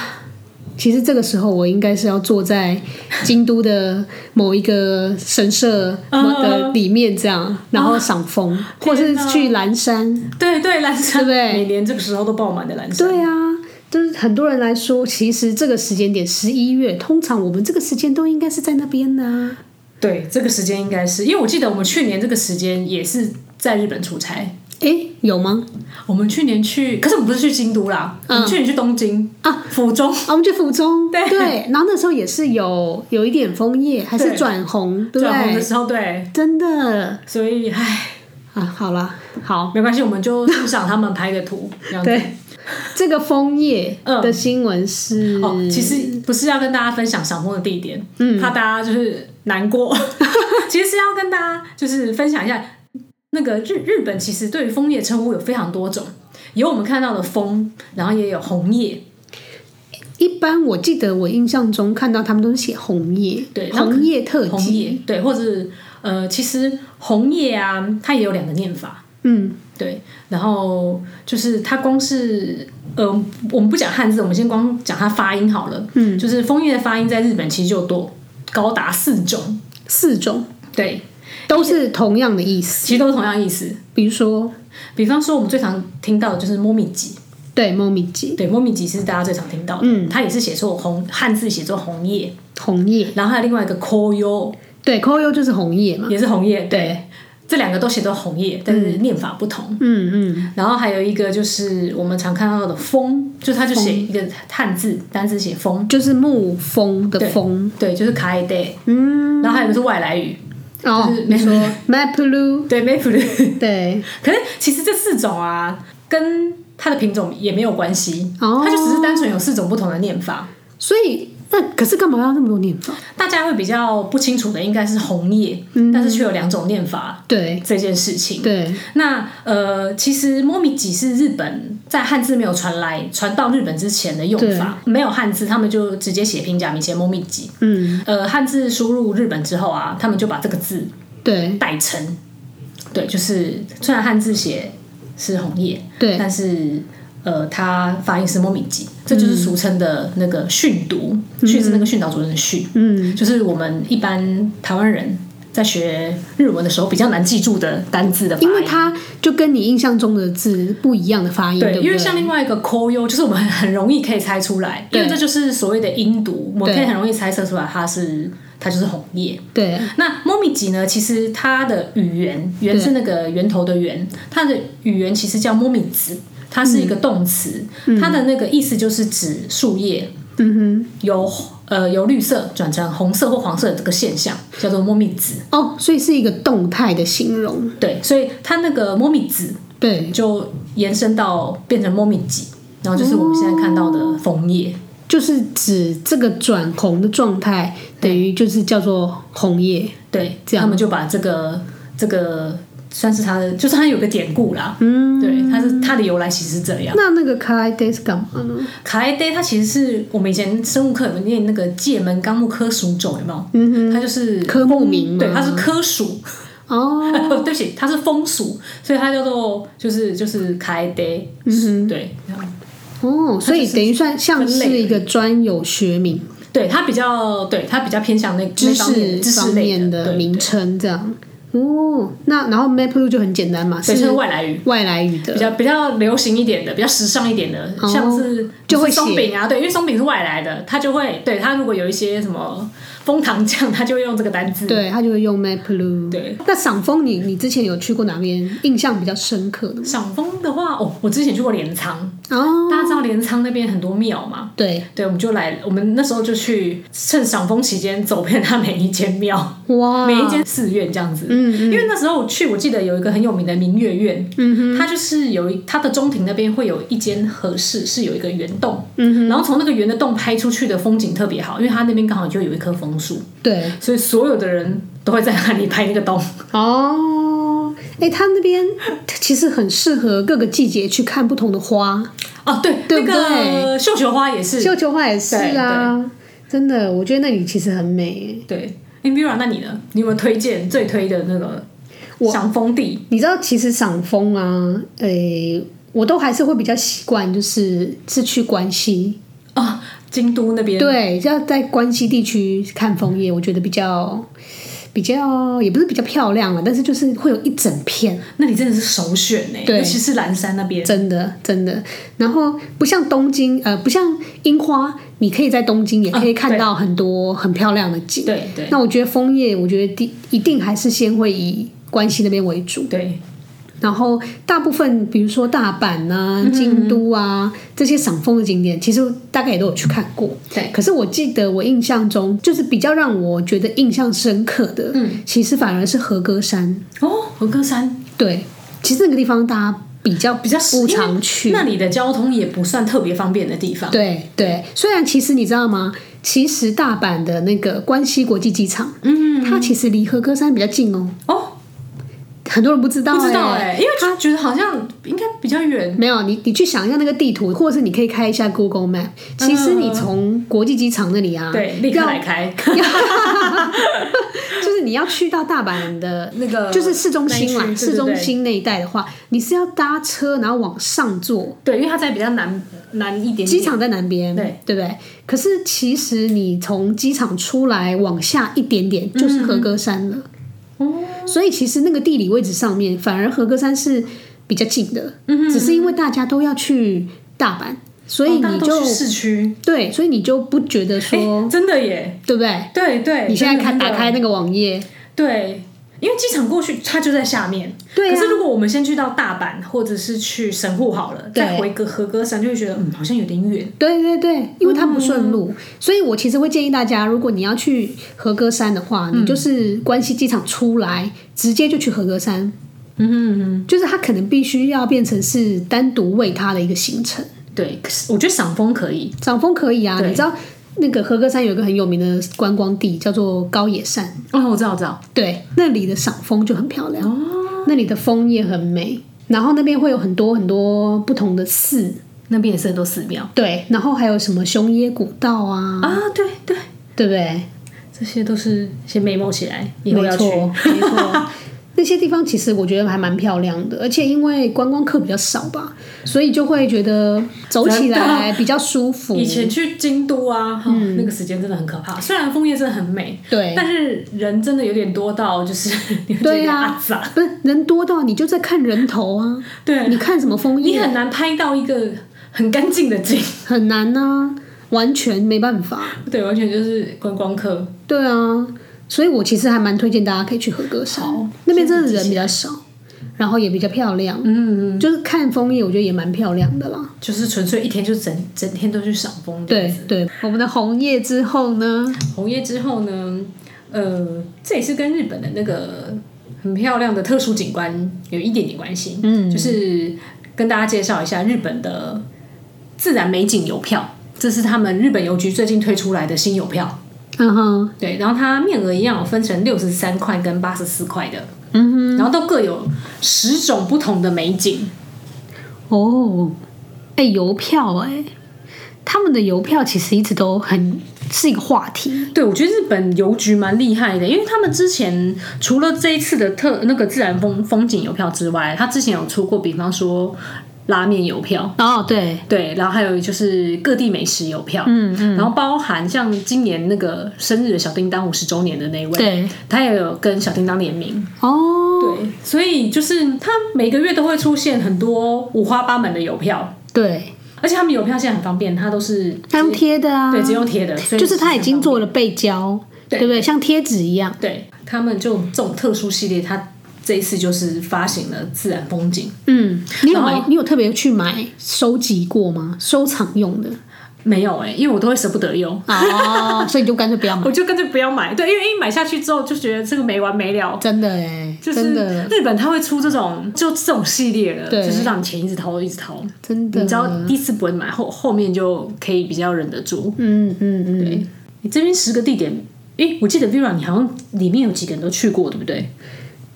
S1: 其实这个时候，我应该是要坐在京都的某一个神社的里面，这样，然后赏枫，或是去蓝山。
S2: 对对，蓝山，
S1: 对不对
S2: 每年这个时候都爆满的蓝山。
S1: 对啊，就是很多人来说，其实这个时间点，十一月，通常我们这个时间都应该是在那边啊呢、
S2: 对，这个时间应该是，因为我记得我们去年这个时间也是在日本出差。
S1: 哎，有吗？
S2: 我们去年去，可是我们不是去京都啦，我们去年去东京嗯啊，府中。
S1: 啊，我们去府中，
S2: [LAUGHS] 对
S1: 然后那时候也是有有一点枫叶，还是
S2: 对
S1: 转红，对不
S2: 转红的
S1: 对？
S2: 时候，对，
S1: 真的
S2: 所以唉，
S1: 啊，好啦，好，
S2: 没关系，我们就欣赏他们拍的图，这样子。
S1: 对，这个枫叶
S2: 嗯
S1: 的新闻是、
S2: 哦，其实不是要跟大家分享赏枫的地点，怕大家就是难过。 [LAUGHS] 其实是要跟大家就是分享一下，那个日日本其实对于枫叶称呼有非常多种，有我们看到的枫，然后也有红叶，
S1: 一般我记得我印象中看到他们都是写红叶，
S2: 对然后可
S1: 红叶特
S2: 红
S1: 辑，
S2: 叶对，或者是呃，其实红叶啊，它也有两个念法，
S1: 嗯，
S2: 对，然后就是它光是呃，我们不讲汉字，我们先光讲它发音好了，嗯，就是枫叶的发音在日本其实就有多高达四种，
S1: 四种
S2: 对。
S1: 都是同样的意思，
S2: 其实都是同样意思。
S1: 比如说
S2: 比方说，我们最常听到的就是摸米吉，
S1: 对猫咪鸡
S2: 对，摸米吉是大家最常听到的。嗯，它也是写作红汉字写作红叶，
S1: 红叶，
S2: 然后还有另外一个 koyo
S1: 对 k o y o 就是红叶嘛，
S2: 也是红叶，
S1: 对，
S2: 这两个都写作红叶，但是念法不同。
S1: 嗯嗯，
S2: 然后还有一个就是我们常看到的风，就是它就写一个汉字单字写风，
S1: 就是沐风的风，
S2: 对，就是 k a i d a y 嗯，然后还有一个是外来语，
S1: 哦，
S2: 就是
S1: 你说 Maplu，
S2: 对 m a p l
S1: 对。
S2: [LAUGHS] 可是其实这四种啊，跟它的品种也没有关系，
S1: 哦
S2: 它就只是单纯有四种不同的念法。
S1: 所以那可是干嘛要那么多念法？
S2: 大家会比较不清楚的应该是红叶，但是却有两种念法
S1: 对
S2: 这件事情。
S1: 对，
S2: 那呃，其实摸米几是日本在汉字没有传来传到日本之前的用法，没有汉字，他们就直接写平假名写摸米几。
S1: 嗯，
S2: 呃，汉字输入日本之后啊，他们就把这个字
S1: 对
S2: 代称，对，就是虽然汉字写是红叶，
S1: 对
S2: 但是呃，它发音是摸米吉，这就是俗称的那个训读，训是那个训导主任的训，
S1: 嗯，
S2: 就是我们一般台湾人在学日文的时候比较难记住的单字的发音，
S1: 因为它就跟你印象中的字不一样的发音，对
S2: 对，
S1: 不对，
S2: 因为像另外一个 k o y o 就是我们很很容易可以猜出来，因为
S1: 对
S2: 这就是所谓的音读，我们
S1: 对
S2: 可以很容易猜测出来它是它就是红叶，
S1: 对
S2: 那 m o m i j 呢？其实它的语言，源是那个源头的源，它的语言其实叫 m o m i j 它是一个动词，它的那个意思就是指树叶
S1: 嗯
S2: 由呃由绿色转成红色或黄色的这个现象，叫做 m o m i j
S1: 哼，哦，所以是一个动态的形容，
S2: 对，所以它那个 m o m i j
S1: 对，
S2: 就延伸到变成 m o m i j 然后就是我们现在看到的枫叶。
S1: 就是指这个转红的状态，等于就是叫做红叶，
S2: 对，
S1: 这样
S2: 他们就把这个这个算是它的，就是它有个典故啦。嗯，对，它是它的由来其实是这样。
S1: 那那个 k a i d a y 是干嘛呢？
S2: 卡莱呆它其实是我们以前生物课有念那个界门纲目科属种，有没有？嗯哼，它就是
S1: 科目名吗
S2: 对，它是科属。
S1: 哦，
S2: [LAUGHS] 对不起，它是风属，所以它叫做就是就是卡莱呆。嗯对，
S1: 哦，所以等于算像
S2: 分类
S1: 是一个专有学名
S2: 对，它比较对它比较偏向那
S1: 知
S2: 那方面
S1: 识
S2: 知识
S1: 方
S2: 类
S1: 面
S2: 的对
S1: 名称这样。哦，那然后 Maplu 就很简单嘛，
S2: 对，
S1: 是
S2: 是外来语。
S1: 外来语的
S2: 比，较比较流行一点的，比较时尚一点的，
S1: 哦
S2: 像是
S1: 就会
S2: 是松
S1: 写
S2: 饼啊，对，因为松饼是外来的，它就会对它如果有一些什么枫糖酱，它就会用这个单字。
S1: 对，他就会用 Maplu。
S2: 对，
S1: 那赏枫你你之前有去过哪边印象比较深刻的吗？
S2: 赏枫的话，哦，我之前去过镰仓，
S1: 哦，
S2: 大家知道镰仓那边很多庙嘛，
S1: 对，
S2: 对，我们就来，我们那时候就去趁赏枫期间走遍它每一间庙，
S1: 哇，
S2: 每一间寺院这样子。
S1: 嗯
S2: 因为那时候我去，我记得有一个很有名的明月院，嗯它就是有一它的中庭那边会有一间和室，是有一个圆洞，嗯然后从那个圆的洞拍出去的风景特别好，因为它那边刚好就有一棵枫树， [LAUGHS]
S1: 对，
S2: 所以所有的人都会在那里拍那个
S1: [LAUGHS]
S2: 洞。
S1: 哦，哎，他那边其实很适合各个季节去看不同的花，
S2: 哦，对，
S1: 对不
S2: 那个绣球花也是，
S1: 绣球花也是啊，真的，我觉得那里其实很美。
S2: 对。m i r a 那你呢？你有没有推荐最推的那个赏枫地？
S1: 你知道，其实赏枫啊，诶，我都还是会比较习惯，就是是去关西，
S2: 哦，京都那边。
S1: 对，要在关西地区看枫叶，我觉得比较比较也不是比较漂亮啊了，但是就是会有一整片，
S2: 那里真的是首选呢、
S1: 对
S2: 尤其是岚山那边。
S1: 真的真的。然后不像东京，呃，不像樱花，你可以在东京也可以
S2: 啊
S1: 看
S2: 对
S1: 到很多很漂亮的景。
S2: 对对
S1: 那我觉得枫叶，我觉得第一定还是先会以关西那边为主。
S2: 对，
S1: 然后大部分，比如说大阪
S2: 嗯
S1: 啊、京都啊这些赏枫的景点，其实大概也都有去看过。
S2: 对
S1: 可是我记得我印象中，就是比较让我觉得印象深刻的，嗯，其实反而是和歌山。
S2: 哦，和歌山
S1: 对，其实那个地方大家比较比
S2: 比较
S1: 不常去。
S2: 那里的交通也不算特别方便的地方。
S1: 对对，虽然其实你知道吗？其实大阪的那个关西国际机场，嗯，它其实离和歌山比较近哦，
S2: 哦，
S1: 很多人不知道、欸，
S2: 不知道哎、因为就觉得好像应该比较远。
S1: 没有，你你去想一下那个地图，或者是你可以开一下 Google Map。其实你从国际机场那里啊，
S2: 嗯对，立刻
S1: 要
S2: 来开。
S1: [LAUGHS]
S2: [LAUGHS]
S1: 就是你要去到大阪的
S2: 那个
S1: 就是市中心
S2: 呃那
S1: 啦
S2: 一，区对
S1: 市
S2: 对对
S1: 中心那一带的话，你是要搭车然后往上坐。
S2: 对，因为它在比较南南一点点。
S1: 机场在南边，
S2: 对
S1: 对不对？可是其实你从机场出来往下一点点
S2: 嗯
S1: 就是和歌山了，
S2: 哦，
S1: 所以其实那个地理位置上面，反而和歌山是比较近的，只是因为大家都要去大阪，所以
S2: 嗯哦大家
S1: 你
S2: 都
S1: 就
S2: 去市区。
S1: 对，所以你就不觉得
S2: 哎、
S1: 说，
S2: 真的耶！
S1: 对不对？
S2: 对对，
S1: 你现在看
S2: 真的
S1: 打开那个网页，
S2: 对，因为机场过去它就在下面。
S1: 对啊
S2: 可是如果我们先去到大阪，或者是去神户好了，
S1: 对
S2: 再回个和歌山，就会觉得嗯，好像有点远。
S1: 对对对，因为它不顺路，所以我其实会建议大家，如果你要去和歌山的话，你就是关西机场出来，直接就去和歌山，
S2: 嗯
S1: 就是它可能必须要变成是单独为它的一个行程。
S2: 对，可是我觉得赏枫可以。
S1: 赏枫可以啊，你知道那个和歌山有一个很有名的观光地，叫做高野山。
S2: 哦，我知道，我知道，
S1: 对，那里的赏枫就很漂亮，那里的枫叶很美。然后那边会有很多很多不同的寺，
S2: 那边也是很多寺庙
S1: 对，然后还有什么熊野古道啊，
S2: 啊，对对，
S1: 对不对？
S2: 这些都是先 memo 起来，以后
S1: 没
S2: 要去。
S1: 错，没错。
S2: [LAUGHS]
S1: 那些地方其实我觉得还蛮漂亮的，而且因为观光客比较少吧，所以就会觉得走起来比较舒服。
S2: 以前去京都啊，哦那个时间真的很可怕。虽然枫叶真的很美，
S1: 嗯对
S2: 但是人真的有点多到就是 [LAUGHS] 你会觉得
S1: 对呀、
S2: 阿杂
S1: 不是人多到你就在看人头啊，
S2: 对
S1: 你看什么枫
S2: 你
S1: 叶
S2: 很难拍到一个很干净的景。 [LAUGHS]
S1: 很难呐、完全没办法。
S2: 对，完全就是观光客。
S1: 对啊，所以我其实还蛮推荐大家可以去和歌山
S2: 好，
S1: 那边真的人比较少，然后也比较漂亮，
S2: 嗯，
S1: 就是看枫叶，我觉得也蛮漂亮的啦。
S2: 就是纯粹一天就整整天都去赏枫这
S1: 对
S2: 样子。
S1: 对，我们的红叶之后呢，
S2: 红叶之后呢，呃，这也是跟日本的那个很漂亮的特殊景观有一点点关系。嗯，就是跟大家介绍一下日本的自然美景邮票，这是他们日本邮局最近推出来的新邮票。
S1: 嗯哼，
S2: 对，然后它面额一样有分成六十三块跟八十四块的，
S1: 嗯哼，
S2: 然后都各有十种不同的美景。
S1: 哦，哎、邮票哎、他们的邮票其实一直都很是一个话题，
S2: 对，我觉得日本邮局蛮厉害的，因为他们之前除了这一次的特那个自然风风景邮票之外，他之前有出过，比方说拉面邮票。
S1: 哦，对，
S2: 对，然后还有就是各地美食邮票，嗯嗯，然后包含像今年那个生日的小叮当五十周年的那一位，
S1: 对，
S2: 他也有跟小叮当联名，
S1: 哦，
S2: 对，所以就是他每个月都会出现很多五花八门的邮票，
S1: 对，
S2: 而且他们邮票现在很方便，它都是
S1: 他用贴的啊，
S2: 对，只用贴的，所以
S1: 就是他已
S2: 很方
S1: 经
S2: 便
S1: 做了背胶，对不对？像贴纸一样，
S2: 对他们就这种特殊系列，它这一次就是发行了自然风景，
S1: 嗯，你有买
S2: 然？后
S1: 你有特别去买收集过吗？收藏用的
S2: 没有哎、因为我都会舍不得用，
S1: 哦， [LAUGHS] 所以你就干脆不要买，
S2: [LAUGHS] 我就干脆不要买。对，因为一买下去之后就觉得这个没完没了。
S1: 真的哎，
S2: 就是
S1: 真的
S2: 日本它会出这种就这种系列了，
S1: 对
S2: 就是让你钱一直掏一直掏，
S1: 真的，
S2: 你只要第一次不会买，后后面就可以比较忍得住。
S1: 嗯嗯嗯，
S2: 你这边十个地点，诶，我记得 Vera 你好像里面有几个人都去过，对不对？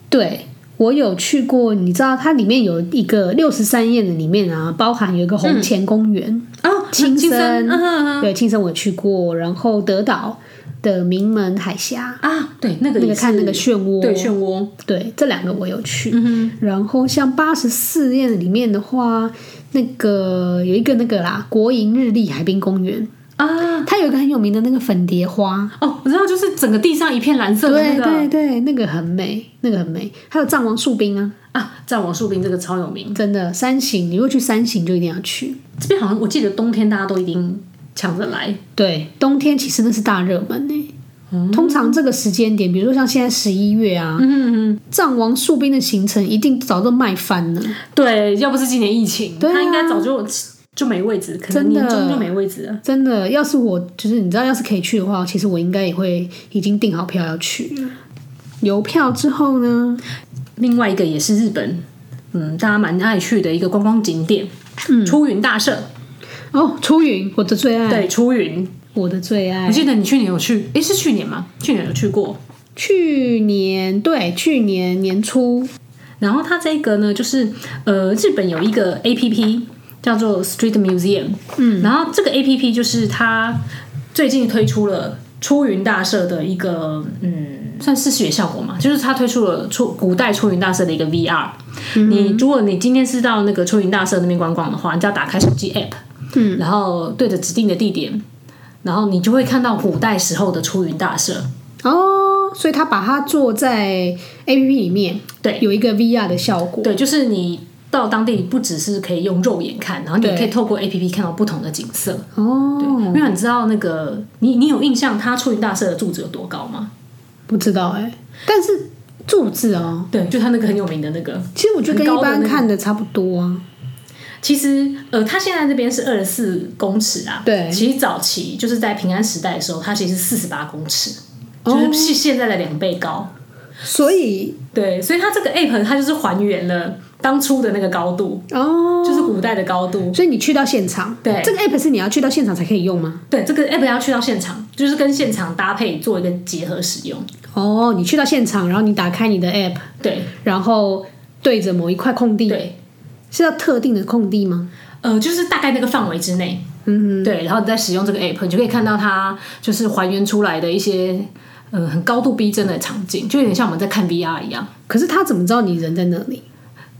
S1: 对。我有去过，你知道它里面有一个六十三页的里面啊，包含有一个红前公园，
S2: 啊，
S1: 青
S2: 青
S1: 森
S2: 嗯嗯嗯
S1: 对，青森我去过，然后德岛的名门海峡，
S2: 啊，对，那个
S1: 那
S2: 也
S1: 个看
S2: 是
S1: 那个漩涡，
S2: 对漩涡，
S1: 对，这两个我有去。
S2: 嗯
S1: 然后像八十四页里面的话，那个有一个那个啦，国营日立海滨公园，
S2: 啊，
S1: 它有一个很有名的那个粉蝶花。
S2: 哦，我知道，就是整个地上一片蓝色的那
S1: 对
S2: 个
S1: 对对，那个很美，那个很美。还有藏王树冰啊，
S2: 啊，战王树冰这个超有名。
S1: 真的山形，你如果去山形就一定要去。
S2: 这边好像我记得冬天大家都一定抢着来，
S1: 对，冬天其实那是大热门呢、通常这个时间点，比如说像现在十一月啊，
S2: 嗯嗯，
S1: 藏王树冰的行程一定早都卖翻了。
S2: 对，要不是今年疫情，
S1: 对啊
S2: 他应该早就就没位置，可能
S1: 真的
S2: 年终就没位置了。
S1: 真的，要是我就是你知道，要是可以去的话，其实我应该也会已经订好票要去了。邮票之后呢？
S2: 另外一个也是日本，嗯，大家蛮爱去的一个观光景点，嗯，出云大社，
S1: 哦，出云，我的最爱，
S2: 对，出云，
S1: 我的最
S2: 我
S1: 爱。
S2: 记得你去年有去，诶，是去年吗？去年有去过。
S1: 去年对，去年年初，
S2: 然后它这个呢，就是呃，日本有一个 A P P 叫做 Street Museum，嗯，然后这个 A P P 就是它最近推出了出云大社的一个嗯，算是视觉效果嘛，就是它推出了出古代出云大社的一个 V R、你如果你今天是到那个出云大社那边观光的话，你只要打开手机 App，嗯，然后对着指定的地点，然后你就会看到古代时候的出云大社，
S1: 哦，所以他把它做在 A P P 里面，
S2: 对，
S1: 有一个 V R 的效果。
S2: 对，就是你到当地，你不只是可以用肉眼看，然后你也可以透过 A P P 看到不同的景色。
S1: 哦，
S2: 因为你知道那个，你你有印象它出云大社的柱子有多高吗？
S1: 不知道哎、但是柱子哦，
S2: 对，就它那个很有名的那个。
S1: 其实我觉得跟
S2: 很
S1: 一
S2: 高的
S1: 般
S2: 那个
S1: 看的差不多啊。
S2: 其实，呃，它现在这边是二十四公尺啊。
S1: 对
S2: 其实早期就是在平安时代的时候，它其实是四十八公尺，就是是现在的两倍高。
S1: 所以
S2: 对，所以它这个 app 它就是还原了当初的那个高度，
S1: 哦，
S2: 就是古代的高度。
S1: 所以你去到现场，
S2: 对
S1: 这个 app 是你要去到现场才可以用吗？
S2: 对，这个 app 要去到现场，就是跟现场搭配做一个结合使用。
S1: 哦，你去到现场，然后你打开你的 app，
S2: 对
S1: 然后对着某一块空地，
S2: 对，
S1: 是要特定的空地吗？
S2: 呃，就是大概那个范围之内。嗯，对，然后你再使用这个 app，你就可以看到它就是还原出来的一些呃很高度逼真的场景，就有点像我们在看 VR 一样。
S1: 可是他怎么知道你人在那里？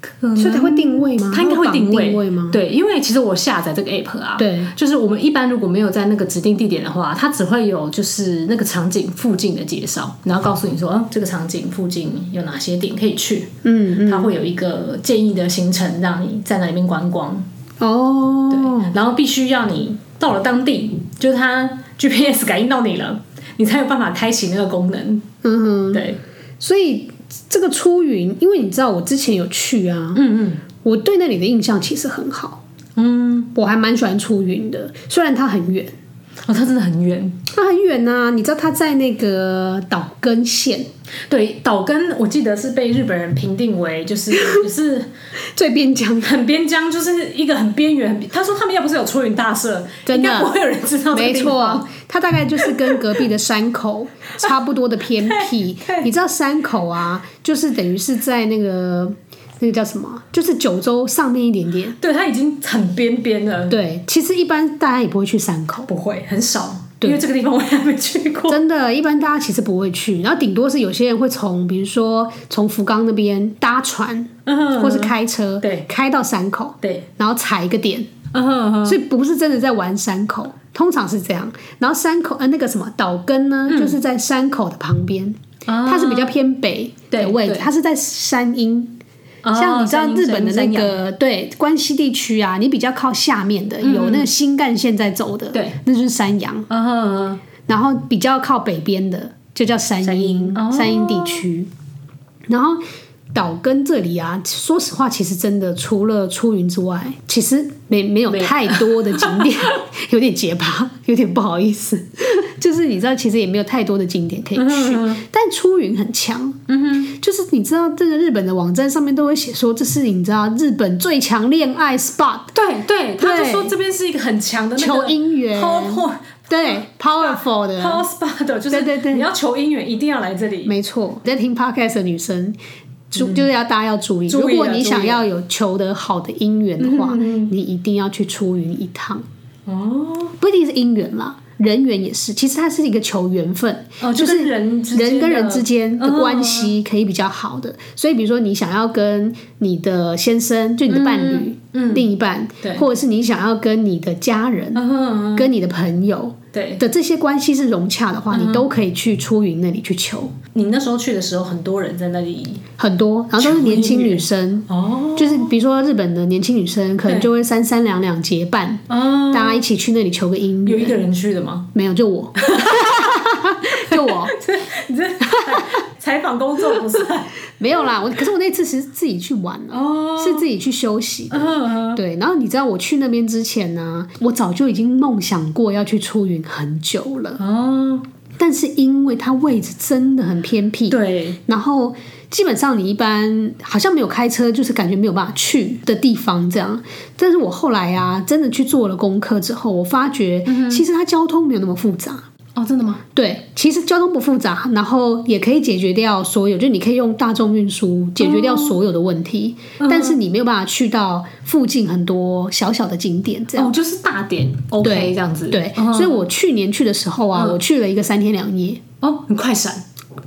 S2: 可
S1: 所以他会定位吗？
S2: 它应该会
S1: 嗯绑
S2: 定
S1: 定
S2: 位
S1: 吗？
S2: 对，因为其实我下载这个 app 啊，
S1: 对，
S2: 就是我们一般如果没有在那个指定地点的话，它只会有就是那个场景附近的介绍，然后告诉你说，哦，这个场景附近有哪些点可以去，
S1: 嗯，
S2: 它会有一个建议的行程让你在那里面观光，
S1: 哦，
S2: 然后必须要你到了当地，就是它 GPS 感应到你了，你才有办法开启那个功能。
S1: 嗯哼，
S2: 对，
S1: 所以这个出云，因为你知道我之前有去啊，
S2: 嗯嗯，
S1: 我对那里的印象其实很好，嗯，我还蛮喜欢出云的，虽然它很远，
S2: 哦，它真的很远。
S1: 它很远呐、你知道它在那个岛根县
S2: 对，岛根我记得是被日本人评定
S1: [LAUGHS]
S2: 为就是也是
S1: 最边疆，
S2: 很边疆，就是一个很边缘。很他说他们要不是有出云大社，
S1: 真的
S2: 应该不会有人知道这个
S1: 没
S2: 地方。
S1: 错，它大概就是跟隔壁的山 [LAUGHS] 口差不多的偏僻。你知道山口啊，就是等于是在那个那个叫什么，就是九州上面一点点。
S2: 对他已经很边边了，
S1: 对，其实一般大家也不会去山口，
S2: 不会很少，
S1: 对
S2: 因为这个地方我还没去过。
S1: 真的，一般大家其实不会去，然后顶多是有些人会从，比如说从福冈那边搭船，
S2: 嗯
S1: 或是开车，
S2: 对，
S1: 开到山口，
S2: 对，
S1: 然后踩一个点，
S2: 嗯哼哼
S1: 所以不是真的在玩山口，通常是这样。然后山口，呃，那个什么岛根呢，就是在山口的旁边，
S2: 嗯啊
S1: 它是比较偏北的
S2: 对
S1: 位置，
S2: 对
S1: 它是在山阴，
S2: 哦
S1: 像你知道
S2: 山阴
S1: 日本的
S2: 山
S1: 那
S2: 阴山
S1: 个对关西地区啊，你比较靠下面的，有那个新干线在走的，
S2: 嗯对，
S1: 那就是山阳。
S2: 嗯哼哼
S1: 然后比较靠北边的就叫山
S2: 山
S1: 阴
S2: 阴哦
S1: 山阴地区。然后岛根这里啊，说实话，其实真的除了出云之外，其实没没有
S2: 没有
S1: 太多的景点， [LAUGHS] 有点结巴，有点不好意思。就是你知道，其实也没有太多的景点可以去，但出云很强。嗯哼，就是你知道，这个日本的网站上面都会写说，这是你知道日本最强恋爱 spot，
S2: 对对，他就
S1: 对
S2: 说这边是一个很强的那
S1: 求
S2: 个
S1: 姻缘
S2: power
S1: 对，powerful 的
S2: power spot，的就
S1: 对
S2: 是
S1: 对对
S2: 你要求姻缘一定要来这里。
S1: 没错，在听 podcast 的女生，注、就是要大家要注意，
S2: 嗯注意了啊
S1: 如果你
S2: 注
S1: 想
S2: 意了嗯
S1: 要有求得好的姻缘的话，你一定要去出云一趟，
S2: 哦
S1: 不一定是姻缘啦。人缘也是，其实它是一个求缘分，
S2: 哦，
S1: 就
S2: 就是是人之间
S1: 人跟
S2: 的
S1: 人之间的
S2: 嗯
S1: 关系可以比较好的。所以，比如说你想要跟你的先生，就你的伴侣、另一半，
S2: 嗯对
S1: 或者是你想要跟你的家人、
S2: 嗯哼哼
S1: 跟你的朋友
S2: 对，嗯
S1: 的这些关系是融洽的话，你都可以去出云那里去求。
S2: 你那时候去的时候，很多人在那里
S1: 很多，然后都是年轻女生，
S2: 哦，
S1: 就是比如说日本的年轻女生，可能就会三三两两结伴，
S2: 嗯，
S1: 大家一起去那里求个姻
S2: 有
S1: 缘。
S2: 一个人去的吗？ [LAUGHS]
S1: 没有，就我，就我
S2: 你这采访工作不是？
S1: 没有啦。我可是我那次是自己去玩了，
S2: 哦，
S1: 是自己去休息。
S2: 嗯，
S1: 对，然后你知道我去那边之前呢、我早就已经梦想过要去出云很久了，
S2: 哦，
S1: 但是因为它位置真的很偏僻，
S2: 对，
S1: 然后基本上你一般好像没有开车，就是感觉没有办法去的地方这样。但是我后来啊，真的去做了功课之后，我发觉
S2: 嗯
S1: 其实它交通没有那么复杂。
S2: 哦，真的吗？
S1: 对，其实交通不复杂，然后也可以解决掉所有，就你可以用大众运输解决掉所有的问题，
S2: 嗯
S1: 但是你没有办法去到附近很多小小的景点这样。
S2: 哦，就是大点
S1: 对
S2: 哦，OK，这样子，
S1: 对，
S2: 嗯
S1: 所以我去年去的时候啊，我去了一个三天两夜，
S2: 哦，很快闪，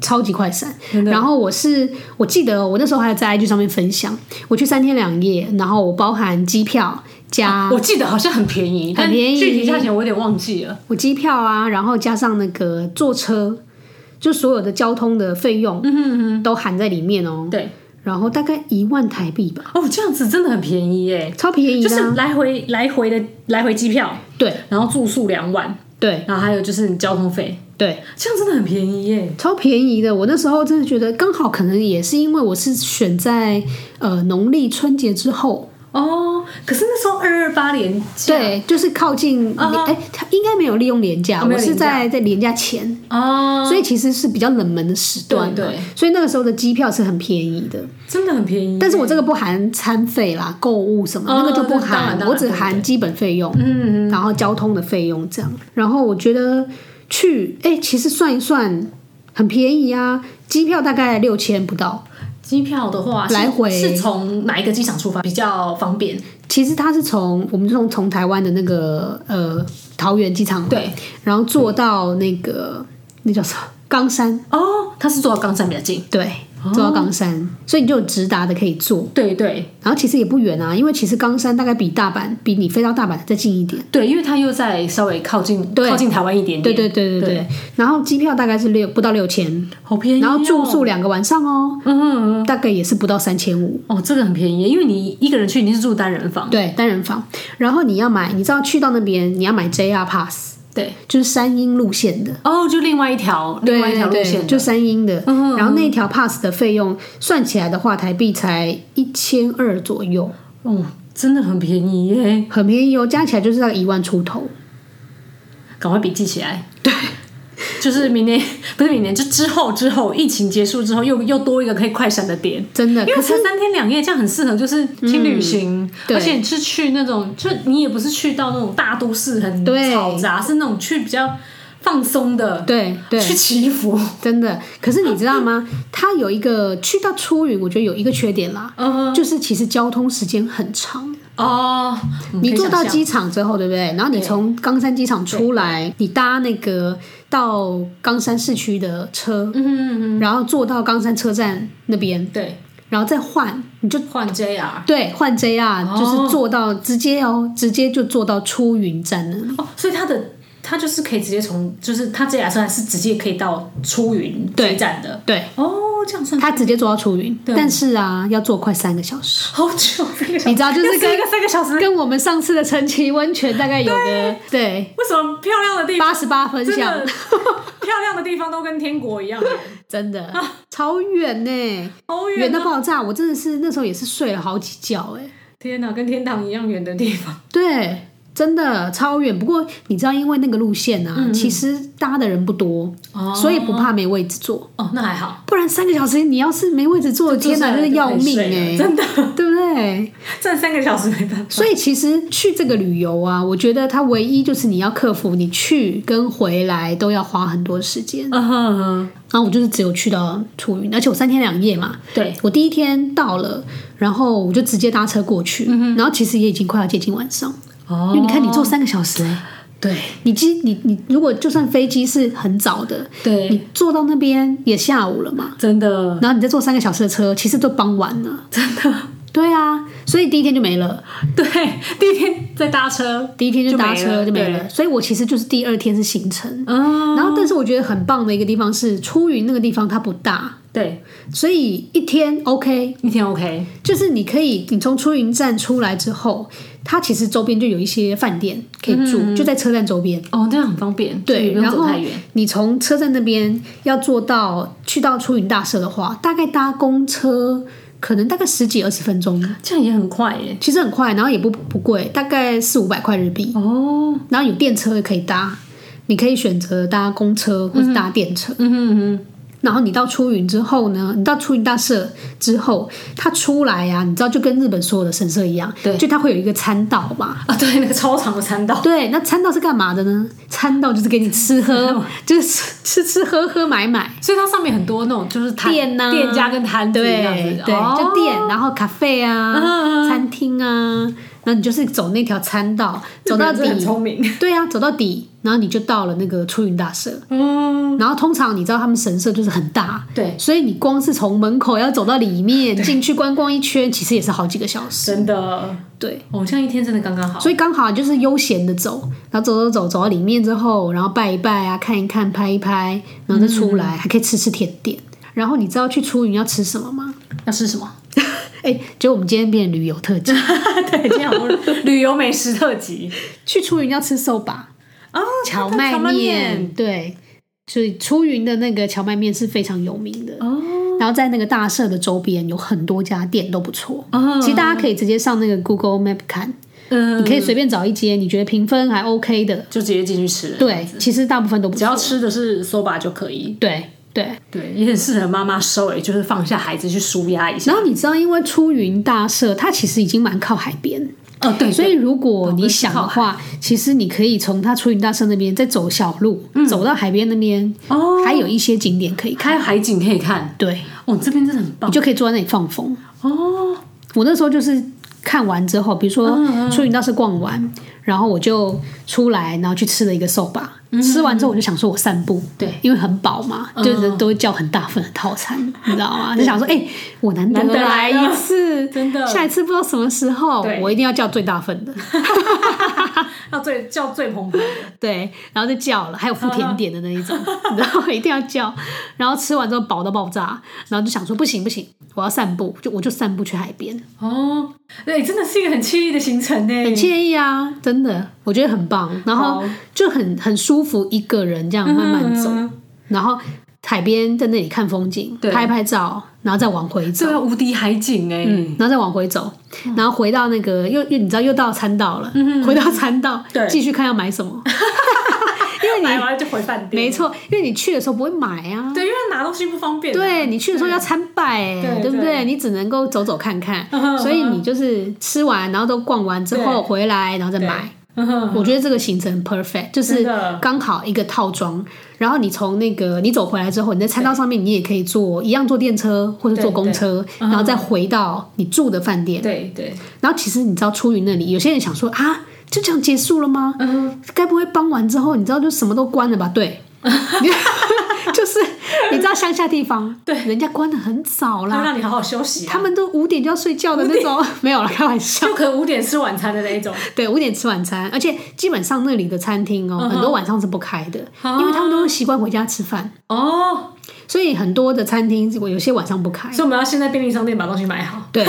S1: 超级快闪。
S2: 真的
S1: 然后我是，我记得我那时候还有在 IG 上面分享，我去三天两夜，然后我包含机票加、
S2: 我记得好像很便宜，但
S1: 啊便宜
S2: 具体价钱我有点忘记了。
S1: 我机票啊，然后加上那个坐车，就所有的交通的费用，嗯都含在里面哦。
S2: 对，
S1: 然后大概一万台币吧，
S2: 哦，这样子真的很便宜耶，
S1: 超便宜
S2: 就
S1: 的啊、
S2: 是来回来回的来回机票，
S1: 对
S2: 然后住宿两晚，
S1: 对
S2: 然后还有就是你交通费，
S1: 对，
S2: 这样真的很便宜耶。
S1: 超便宜的。我那时候真的觉得，刚好可能也是因为我是选在呃农历春节之后。
S2: 哦，可是那时候二二八连假，
S1: 对，就是靠近哎、
S2: 啊哈
S1: 他应该没有利用廉价，
S2: 哦没
S1: 我
S2: 有
S1: 是
S2: 廉价
S1: 在在廉价前，
S2: 哦，
S1: 所以其实是比较冷门的时段嘛，
S2: 对嗯对
S1: 所以那个时候的机票是很便宜的，
S2: 真的很便宜。
S1: 但是我这个不含餐费啦、购物什么，
S2: 哦
S1: 那个就不
S2: 对当然
S1: 含，
S2: 当然
S1: 我只
S2: 对
S1: 含
S2: 对
S1: 基本费用，
S2: 嗯，
S1: 然后交通的费用这样。然后我觉得去，哎、其实算一算很便宜啊，机票大概六千不到。
S2: 机票的话是
S1: 来回
S2: 是从哪一个机场出发比较方便？
S1: 其实它是从我们从从台湾的那个呃桃园机场，
S2: 对，
S1: 然后坐到那个那叫什么冈山，
S2: 哦，它是坐到冈山比较近。
S1: 对，
S2: 哦
S1: 坐到冈山，所以你就有直达的可以坐。
S2: 对对
S1: 然后其实也不远啊，因为其实冈山大概比大阪，比你飞到大阪再近一点。
S2: 对，因为它又在稍微靠近
S1: 对
S2: 靠近台湾一点点，
S1: 对对对对对。然后机票大概是六不到六千，
S2: 好便宜、哦
S1: 然后住，宿两个晚上哦，嗯大概也是不到三千五。
S2: 哦，这个很便宜，因为你一个人去你是住单人房，
S1: 对，单人房。然后你要买，你知道去到那边你要买 JR Pass，
S2: 对，
S1: 就是山阴路线的。
S2: 哦，就另外一条另
S1: 对
S2: 外一条路
S1: 对
S2: 线
S1: 对，
S2: 的嗯
S1: 就三英的，然后那一条 pass 的费用算起来的话，台币才一千二左右，
S2: 哦，真的很便宜耶！
S1: 很便宜哦，加起来就是大概一万出头。
S2: 赶快笔记起来。对，就是明年 [LAUGHS] 不是明年，就之后之后疫情结束之后，又又多一个可以快闪的点。
S1: 真的，
S2: 因
S1: 可
S2: 为
S1: 是嗯
S2: 才三天两夜，这样很适合就是去旅行，
S1: 对
S2: 而且你是去那种，就你也不是去到那种大都市很
S1: 对
S2: 嘈杂，是那种去比较放松的，
S1: 对对，
S2: 去祈福。
S1: 真的。可是你知道吗？它有一个去到出云，我觉得有一个缺点啦，
S2: 嗯
S1: 就是其实交通时间很长。
S2: 哦，嗯
S1: 你
S2: 可以
S1: 坐到
S2: 想象
S1: 机场之后，对不对？然后你从冈山机场出来，你搭那个到冈山市区的车，
S2: 嗯嗯嗯，
S1: 然后坐到冈山车站那边，
S2: 对，
S1: 然后再换，你就
S2: 换 JR
S1: 对，换 JR、
S2: 哦
S1: 就是坐到直接哦，直接就坐到出云站了。
S2: 哦，所以它的它就是可以直接从，就是它 JR 车站是直接可以到出云
S1: 对
S2: 这一站的。
S1: 对，
S2: 哦，这样算
S1: 他直接坐到出云，
S2: 对
S1: 但是啊，要坐快三个小
S2: [LAUGHS]
S1: 时。
S2: 好久，三个小时，
S1: 你知道就是
S2: 又
S1: 跟
S2: 一个三个小时，
S1: 跟我们上次的陈奇温泉大概有个对
S2: 为什么漂亮的地方
S1: 八十八分
S2: 真
S1: 像
S2: 的，漂亮的地方都跟天
S1: [LAUGHS]
S2: 国一样
S1: 真的超远呢、
S2: 好
S1: 远
S2: 啊远
S1: 到
S2: 啊！
S1: 爆炸！我真的是那时候也是睡了好几觉哎、
S2: 天哪，跟天堂一样远的地方，
S1: 对，真的超远。不过你知道，因为那个路线啊，其实搭的人不多，
S2: 嗯哦
S1: 所以不怕没位置坐。
S2: 哦，那还好。
S1: 不然三个小时你要是没位置坐，天哪，
S2: 就
S1: 真
S2: 是
S1: 是要命哎、
S2: 真的，
S1: [LAUGHS] 对不对？
S2: 站三个小时没办
S1: [LAUGHS]
S2: 法。
S1: 所以其实去这个旅游啊，我觉得它唯一就是你要克服你去跟回来都要花很多时间。
S2: 嗯哼哼，
S1: 然后我就是只有去到出云，而且我三天两夜嘛。
S2: 对，
S1: 我第一天到了，然后我就直接搭车过去，
S2: 嗯
S1: 然后其实也已经快要接近晚上，
S2: 哦
S1: 因为你看你坐三个小时、欸，
S2: 对
S1: 你机你你如果就算飞机是很早的，
S2: 对，
S1: 你坐到那边也下午了嘛，
S2: 真的
S1: 然后你再坐三个小时的车，其实都傍晚了。
S2: 真的，
S1: 对啊，所以第一天就没了，
S2: 对，第一天在搭车，
S1: 第一天就搭车就
S2: 就没
S1: 没
S2: 了
S1: 了。所以我其实就是第二天是行程。
S2: 嗯，
S1: 然后，但是我觉得很棒的一个地方是出云那个地方它不大，
S2: 对，
S1: 所以一天 OK，
S2: 一天 OK，
S1: 就是你可以你从出云站出来之后，它其实周边就有一些饭店可以
S2: 嗯
S1: 住，就在车站周边。
S2: 哦，这样很方便，所
S1: 对，
S2: 以不用
S1: 然
S2: 走
S1: 后
S2: 太远，
S1: 你从车站那边要坐到去到出云大社的话，大概搭公车可能大概十几二十分钟，
S2: 这样也很快耶。
S1: 其实很快，然后也不不贵，大概四五百块日币，
S2: 哦，
S1: 然后有电车也可以搭，你可以选择搭公车或是搭电车。
S2: 嗯哼嗯
S1: 然后你到出云之后呢，你到出云大社之后，它出来呀、你知道就跟日本所有的神社一样，
S2: 对
S1: 就它会有一个参道嘛。
S2: 哼，啊，对，那个超长的餐道，
S1: 对，那参道是干嘛的呢？参道就是给你吃
S2: [LAUGHS]
S1: 喝，就是吃吃喝喝买买。
S2: 所以它上面很多那种就是摊
S1: 店呐
S2: 店家跟摊子这样
S1: 对
S2: 子，
S1: 对，
S2: 哦嗯
S1: 就店，然后咖啡啊、餐厅啊，然后你就是走那条餐道，走到
S2: 日本人真的很
S1: 底，
S2: 聪明。
S1: 对啊，走到底，然后你就到了那个出云大社。
S2: 嗯，
S1: 然后通常你知道他们神社就是很大，
S2: 对，
S1: 所以你光是从门口要走到里面进去观光一圈，其实也是好几个小时。
S2: 真的，哦
S1: 对，
S2: 偶像一天真的刚刚好。
S1: 所以刚好就是悠闲的走，然后走走走走到里面之后，然后拜一拜啊，看一看，拍一拍，然后再出来，还可以吃吃甜点。然后你知道去出云要吃什么 [LAUGHS] 吗？
S2: 要吃什么？
S1: 哎，就我们今天变旅游 [LAUGHS] 特辑，
S2: 对，今 [LAUGHS] 天好多旅游美食特辑
S1: 去出云要吃寿把
S2: 哦，
S1: 荞麦面，对，所以出云的那个荞麦面是非常有名的。
S2: 哦，
S1: 然然后在那个大社的周边有很多家店都不错。
S2: 嗯
S1: 其实大家可以直接上那个 Google Map 看，
S2: 嗯，
S1: 你可以随便找一间你觉得评分还 OK 的。
S2: 就直接进去吃了。
S1: 对，其实大部分都不
S2: 只要
S1: 错。
S2: 吃的是 soba 就可以。
S1: 对对，
S2: 对，也很适合妈妈收尾，就是放下孩子去舒压一下。
S1: 然后你知道，因为出云大社它其实已经蛮靠海边，
S2: 哦，对，
S1: 所
S2: 以
S1: 以如果你想的话，其实你可以从它出云大社那边再走小路，走到海边那边，
S2: 嗯哦，
S1: 还有一些景点可以看。
S2: 还有海景可以看。
S1: 对，
S2: 哦，这边真的很
S1: 你
S2: 棒。
S1: 就可以坐在那里放风。 [LAUGHS]
S2: 哦， [LAUGHS]
S1: 我那时候就是看完之后，比如
S2: 嗯
S1: 说出云大社逛完，然后我就出来，然后去吃了一个寿吧。吃完之后我就想说，我散步，
S2: 嗯对，嗯
S1: 因为很饱嘛，就是都会叫很大份的套
S2: [LAUGHS]
S1: 餐，你知道吗？就想说，哎，我难得
S2: 难得
S1: 来
S2: 来
S1: 一
S2: 了
S1: 次，
S2: 真的
S1: 下一次不知道什么时候，
S2: 对
S1: 我一定要叫最大份
S2: [LAUGHS]
S1: 的，
S2: 要最叫最澎湃的。
S1: 对，然后就叫了，还有附甜点的那一
S2: [LAUGHS]
S1: 种，然后一定要叫，然后吃完之后饱到爆炸，然后就想说不行不行，我要散步，就我就散步去海边，
S2: 哦，对，真的是一个很惬意的行程呢。
S1: 很惬意啊，真的，我觉得很棒，然后
S2: 嗯好
S1: 就很很舒服，一个人这样慢慢走，
S2: 嗯
S1: 然后海边在那里看风景，
S2: 对
S1: 拍拍照，然后再往回走
S2: 这。个无敌海景哎。
S1: 嗯， [LAUGHS] 然后再往回走，
S2: 嗯
S1: 然后回到那个又又你知道又到餐道了，回到餐道，
S2: 对
S1: 继续看要买什么，
S2: 因 [LAUGHS] 为买完就回饭店，
S1: 没。错，因为你去的时候不会买啊，
S2: 对，因为拿东西不方便。，
S1: 对你去的时候要参拜、欸，
S2: 啊对
S1: 对不对？
S2: 对
S1: 你只能够走走看看
S2: 嗯哼，
S1: 所以你就是吃完，然后都逛完之后
S2: 对
S1: 回来，然后再买。
S2: 嗯哼，
S1: 我觉得这个行程很 perfect，就是
S2: 真的
S1: 刚好一个套装。然后你从那个你走回来之后，你在餐道上面你也可以坐一样坐电车或者坐
S2: 对嗯
S1: 公车，然后再回到你住的饭店。
S2: 对对，
S1: 然后其实你知道出云那里，有些人想说啊，就这样结束了吗？
S2: 嗯，
S1: 该不会傍晚之后你知道就什么都关了吧？
S2: [LAUGHS]
S1: 对， [LAUGHS] 就是你知道乡下地方，对，人家关的很早
S2: 要
S1: 啦，
S2: 让你好好休息啊。
S1: 他们都五点就要睡觉的那种， [LAUGHS] 没有了，开玩笑。
S2: 就可能五点吃晚餐的那一种。
S1: [LAUGHS] 对，五点吃晚餐，而且基本上那里的餐厅哦、很多晚上是不开的，
S2: 嗯啊
S1: 因为他们都习惯回家吃饭，
S2: 哦，
S1: 所以很多的餐厅我有些晚上不开。
S2: 所以我们要先在便利商店把东西买好。 [LAUGHS]
S1: 对，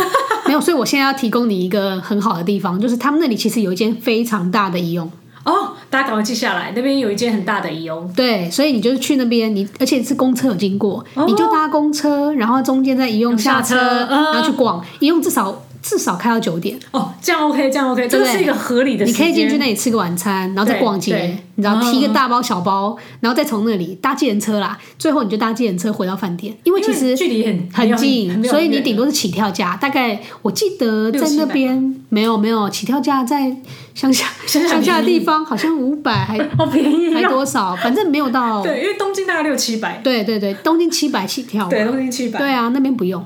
S1: 没有，所以我现在要提供你一个很好的地方，就是他们那里其实有一间非常大的医用，
S2: 哦，大家赶快记下来，那边有一间很大的 E 怡翁。
S1: 对，所以你就是去那边，你而且是公车有经过，你就搭公车，然后中间再移用下车，
S2: 哦下车嗯
S1: 然后去逛，移用至少至少开到九点，
S2: 哦，这样 OK，这样 OK，这
S1: 对
S2: 个是一个合理的
S1: 你
S2: 时
S1: 可
S2: 间。
S1: 以进去那里吃个晚餐，然后再逛
S2: 对
S1: 街
S2: 对，
S1: 你知道
S2: 嗯
S1: 提个大包小包，然后再从那里搭计程车啦，最后你就搭计程车回到饭店，因为
S2: 因
S1: 其
S2: 为
S1: 实
S2: 距离很
S1: 很近，所以你顶多
S2: 多
S1: 是起跳价，大概我记得
S2: 六
S1: 在
S2: 七
S1: 那
S2: 百
S1: 边没有没有起跳价在乡下
S2: [LAUGHS] 乡下
S1: 乡下的
S2: 便
S1: 地方好像五百还
S2: 好便宜
S1: 还
S2: 啊。
S1: 多少，反正没有到。
S2: [LAUGHS] 对，因为东京大概六七百，
S1: 对对对，东京七百起跳，
S2: 对，东京七百。
S1: 对啊，那边不用，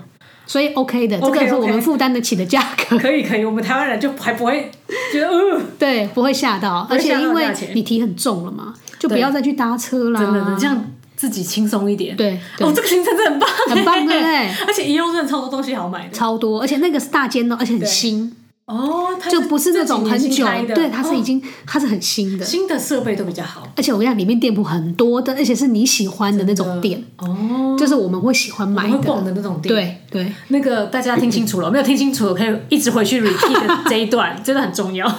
S1: 所以 OK 的，这
S2: OK，
S1: 个是我们
S2: OK
S1: 负担得起的价格，
S2: 可以可以，我们台湾人就还不会觉得，呃，
S1: 对，不会吓到，
S2: 不
S1: 而
S2: 会
S1: 且
S2: 吓到
S1: 因为
S2: 价钱
S1: 你提很重了嘛，就不
S2: 对
S1: 要再去搭车啦，
S2: 真的，你这样自己轻松一点。
S1: 对对
S2: 哦，这个行程真的很棒，
S1: 很棒对不对？
S2: [LAUGHS] 而且怡翁真的超多东西好买的。
S1: 超多，而且那个是大间哦，而且很新，
S2: 哦，它
S1: 就不是那种很
S2: 这几
S1: 久
S2: 年新开，的
S1: 对，它是已
S2: 哦
S1: 经、它是很新的，
S2: 新的设备都比较好。
S1: 而且我跟你讲，里面店铺很多的，而且是你喜欢的那种店，
S2: 哦，
S1: 就是我们会喜欢买
S2: 会
S1: 的，
S2: 逛的那种店。
S1: 对对。
S2: 那个大家听清楚了，没有听清楚的可以一直回去 repeat 这一段，真的很重要，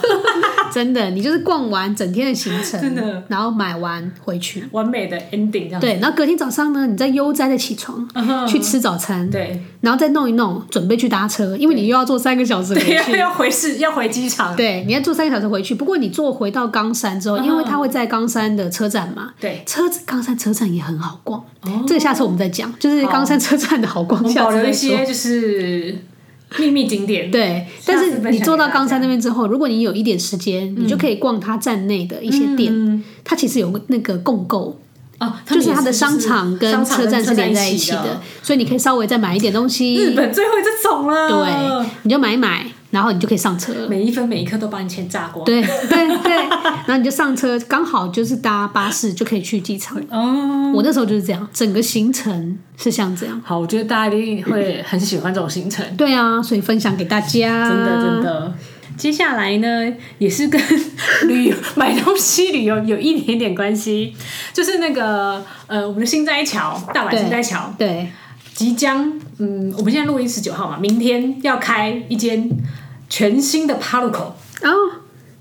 S1: 真的，你就是逛完整天的行程，
S2: 真的，
S1: 然后买完回去，
S2: [LAUGHS] 完美的 ending 这样。
S1: 对，然后隔天早上呢，你再悠哉的起床、
S2: 嗯哼
S1: 去吃早餐，
S2: 对，
S1: 然后再弄一弄，准备去搭车，因为你又要坐三个小时回
S2: 对，要
S1: 去。
S2: 要回市，要回机场。
S1: 对，你要坐三个小时回去。不过你坐回到冈山之后，因为它会在冈山的车站嘛，
S2: 嗯对，哦
S1: 车子冈山车站也很好逛。这个下次我们再讲，就是冈山车站的好
S2: 我
S1: 逛，
S2: 们
S1: 下
S2: 保
S1: 次
S2: 留
S1: 再
S2: 一
S1: 说。
S2: 些就是秘密景点。
S1: 对，
S2: 下
S1: 但
S2: 次
S1: 是
S2: 分享
S1: 你
S2: 给
S1: 坐到
S2: 大
S1: 冈山那
S2: 家
S1: 边之后，如果你有一点时间，你就可以逛它站内的一些店，
S2: 嗯
S1: 它其实有那个共购，
S2: 哦，
S1: 就
S2: 他们
S1: 是
S2: 也
S1: 它的商场跟
S2: 商
S1: 车站是连在一
S2: 一
S1: 起的，。所以你可以稍微再买一点东西。
S2: 日本最会这种了，
S1: 对，你就买一买，然后你就可以上车。
S2: 每一分每一刻都把你钱榨光。
S1: 对对对，然后你就上车，刚好就是搭巴士就可以去机场。
S2: [LAUGHS] 哦，
S1: 我那时候就是这样，整个行程是像这样。
S2: 好，我觉得大家一定会很喜欢这种行程。
S1: 对啊，所以分享给大家。
S2: 真的真。的。接下来呢，也
S1: [LAUGHS]
S2: 是跟旅游、买东西、旅游有一点点关系，就是那个呃，我们的新斋桥，大阪
S1: 对
S2: 新斋桥
S1: 对，
S2: 即将，嗯，我们现在录音十九号嘛，明天要开一间全新的 p a r u k o
S1: 然后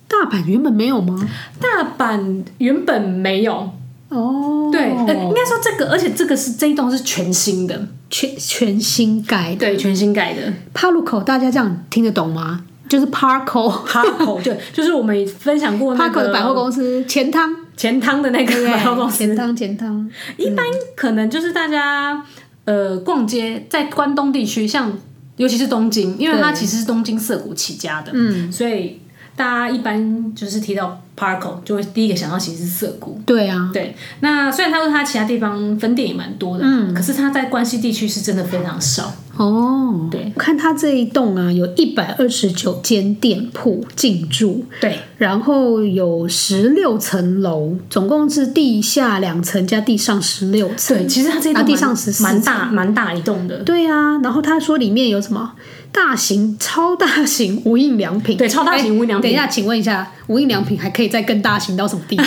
S1: 大阪原本没有吗？
S2: 大阪原本没有，
S1: 啊、哦，
S2: 对，呃，应该说这个，而且这个是这一栋是全新的，
S1: 全全新改的
S2: 对，全新盖的。
S1: 帕路口，大家这样听得懂吗？就是 Parco
S2: 哈
S1: [LAUGHS]
S2: 口对，就是我们分享过那
S1: Parco
S2: 个
S1: 的百货公司钱汤，
S2: 钱汤的那个
S1: 对
S2: 百货公司
S1: 钱，汤钱汤，
S2: 一般
S1: 嗯
S2: 可能就是大家呃逛街，在关东地区，像尤其是东京，因为它
S1: 对
S2: 其实是东京涩谷起家的，
S1: 嗯，
S2: 所以大家一般就是提到 Parco，就会第一个想到其实是涩谷。
S1: 对啊，
S2: 对，那虽然他说他其他地方分店也蛮多的，嗯，可是他在关西地区是真的非常少，
S1: 哦，
S2: 对，
S1: 看它这一栋啊，有一百二十九间店铺进驻，
S2: 对，
S1: 然后有十六层楼，总共是地下两层加地上十六
S2: 对，
S1: 层。
S2: 其实它这一
S1: 然后
S2: 栋
S1: 地
S2: 蛮
S1: 上14
S2: 蛮大蛮大一
S1: [LAUGHS]
S2: 栋的，
S1: 对啊，然后他说里面有什么大型、超大型无印良品。哎
S2: 对，超大型无印良
S1: 等一
S2: 品，
S1: 下，请问一下，无印良品还可以再更大型到什么地
S2: [LAUGHS]
S1: 步？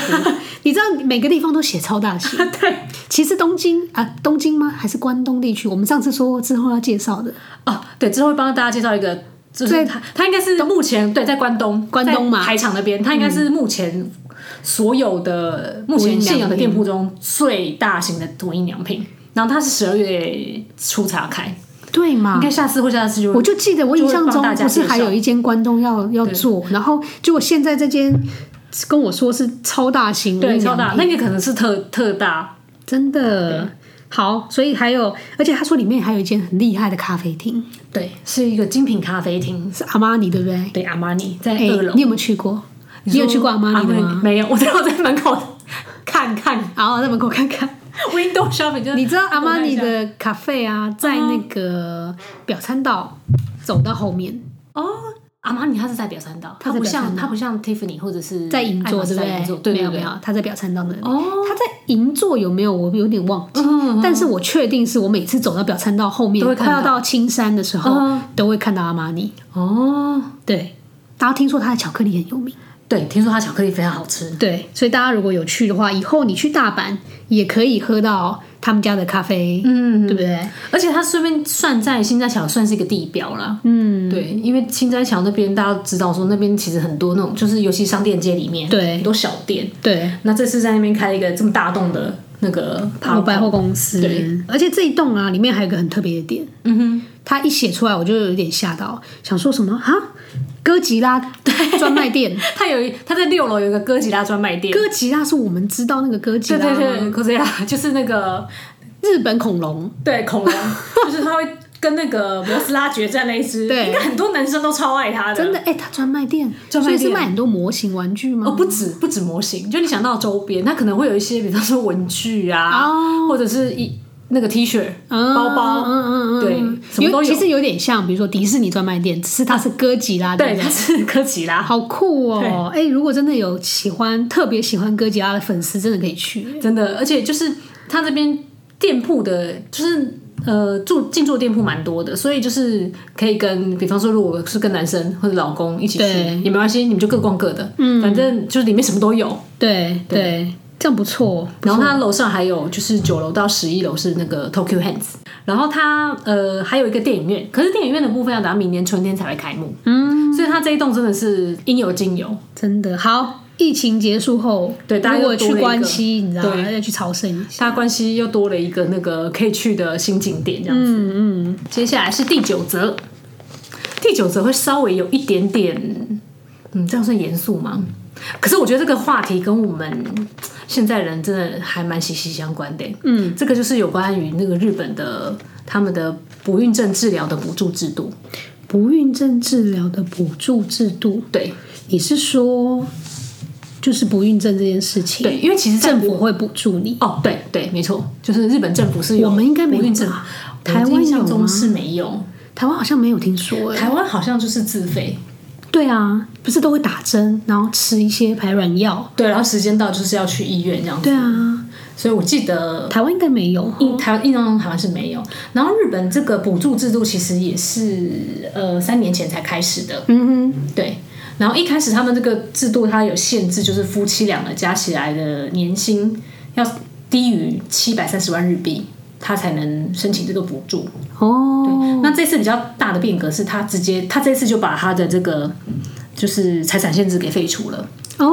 S1: 你知道每个地方都写超大型。
S2: 对，
S1: 其实东京啊，东京吗？还是关东地区？我们上次说之后要介绍的
S2: 哦，对，之后会帮大家介绍一个，就是
S1: 对
S2: 他他应该是目前对在关东，
S1: 关东嘛嗯
S2: 在海场那边，他应该是目前所有的、目
S1: 无印嗯良
S2: 前
S1: 品
S2: 现有的店铺中最大型的无印良品。然后它是十二月初才开，
S1: 对吗
S2: 应？该下次或下次就
S1: 我就记得我印象
S2: 就会帮
S1: 中
S2: 大家
S1: 不是还有一间关东要要
S2: 对
S1: 做，然后结果现在这间跟我说是超大型无
S2: 对
S1: 印
S2: 超
S1: 良
S2: 大，
S1: 品，
S2: 那个可能是特特大，
S1: 真的好。所以还有，而且他说里面还有一间很厉害的咖啡厅，
S2: 对，是一个精品咖啡厅，
S1: 是阿玛尼，对不对？
S2: 对，阿玛尼在
S1: 哎、
S2: 二楼。
S1: 你有没有去过？你
S2: 说
S1: 有去过阿玛尼的吗？
S2: 没有，我在我在门口看看
S1: 好，那么给我看看。
S2: [LAUGHS] window shopping，就是
S1: 你知道阿玛尼
S2: 我看一下嗯
S1: 的咖啡啊，在那个表参道走到后面，
S2: 哦，阿玛尼它是在表参道，它
S1: 它在
S2: 不
S1: 表参道
S2: 像它不像 Tiffany 或者是
S1: 在银座，
S2: 爱马仕
S1: 对不
S2: 在银座
S1: 对？
S2: 对
S1: 没
S2: 对
S1: 有没
S2: 对
S1: 有，，他在表参道那里。
S2: 哦，
S1: 他在银座有没有？我有点忘记。
S2: 嗯，
S1: 但是我确定是我每次走到表参道后面，
S2: 都会看
S1: 快
S2: 到
S1: 要到青山的时候，
S2: 嗯
S1: 都会看到阿玛尼。
S2: 哦，
S1: 对，大家听说它的巧克力很有名，
S2: 对，听说它巧克力非常好吃，
S1: 对，所以大家如果有去的话，以后你去大阪也可以喝到他们家的咖啡，
S2: 嗯
S1: 对，不对？
S2: 而且它顺便算在新斋桥算是一个地标啦。
S1: 嗯，
S2: 对，因为新斋桥那边大家都知道说那边其实很多那种，就是尤其商店街里面，
S1: 对
S2: 很多小店。
S1: 对。
S2: 那这次在那边开了一个这么大栋的那个
S1: 我百货公司
S2: 对，
S1: 而且这一栋啊，里面还有一个很特别的点，
S2: 嗯哼，
S1: 它一写出来我就有点吓到，想说什么哈，哥吉拉专卖店，
S2: [LAUGHS] 它有一它在六楼有一个哥吉拉专卖店，
S1: 哥吉拉是我们知道那个哥吉
S2: 对
S1: 拉
S2: 对
S1: 吗，
S2: 对，哥吉拉就是那个
S1: 日本恐龙，
S2: 对
S1: [LAUGHS]
S2: 恐龙，就是他会跟那个摩斯拉决战那一只，
S1: 对
S2: 应该很多男生都超爱他的。
S1: 真的，哎、它专卖店，
S2: 啊专卖店
S1: 所以是卖很多模型玩具吗？
S2: 哦，不止不止模型，就你想到周边，它可能会有一些，比方说文具啊，
S1: 哦
S2: 或者是一那个 T 恤、包包，
S1: 嗯嗯嗯，
S2: 对
S1: 嗯
S2: 什么都有
S1: 有其实有点像，比如说迪士尼专卖店，只是它是哥吉拉，
S2: 对，
S1: 不
S2: 它是哥吉拉，
S1: 好酷哦！哎、如果真的有喜欢特别喜欢哥吉拉的粉丝，真的可以去。
S2: 真的，而且就是它这边店铺的，就是。呃，住进驻店铺蛮多的，所以就是可以跟，比方说，如果是跟男生或者老公一起去
S1: 对
S2: 也没关系，你们就各逛各的，嗯，反正就是里面什么都有，
S1: 对对这样不错。哦
S2: 然后它楼上还有就是九楼到十一楼是那个 Tokyo Hands，然后它呃还有一个电影院，可是电影院的部分要等到明年春天才会开幕，嗯，所以它这一栋真的是应有尽有，
S1: 真的好。疫情结束后，
S2: 对大家
S1: 如果
S2: 又多了
S1: 去
S2: 一个
S1: 关西，你知道吗？
S2: 对
S1: 要去朝圣一下。
S2: 它关系又多了一个那个可以去的新景点这样子。嗯嗯，接下来是第九则，第九则会稍微有一点点，嗯，这样算严肃吗？可是我觉得这个话题跟我们现在人真的还蛮息息相关的、嗯，这个就是有关于那个日本的他们的不孕症治疗的补助制度。
S1: 不孕症治疗的补助制度，
S2: 对
S1: 你是说就是不孕症这件事情？
S2: 对，，因为其实在
S1: 政
S2: 国
S1: 府会补助你。
S2: 哦，对对，没错，就是日本政府是有
S1: 哦我们应该没
S2: 不
S1: 有
S2: 孕症
S1: 吧，台
S2: 台
S1: 湾
S2: 湾
S1: 有
S2: 象
S1: 吗
S2: 中是没有，
S1: 台湾好像没有听说哎、
S2: 台湾好像就是自费。
S1: 对啊，不是都会打针，然后吃一些排卵药。
S2: 对，然后时间到就是要去医院这样子。
S1: 对啊，
S2: 所以我记得
S1: 台湾应该没有。
S2: 印台印象中好像是没有。然后日本这个补助制度其实也是呃三年前才开始的，
S1: 嗯哼，
S2: 对。然后一开始他们这个制度它有限制，就是夫妻两个加起来的年薪要低于七百三十万日币，他才能申请这个补助。
S1: 哦，
S2: 那这次比较大的变革是，他直接他这次就把他的这个就是财产限制给废除了。
S1: 哦，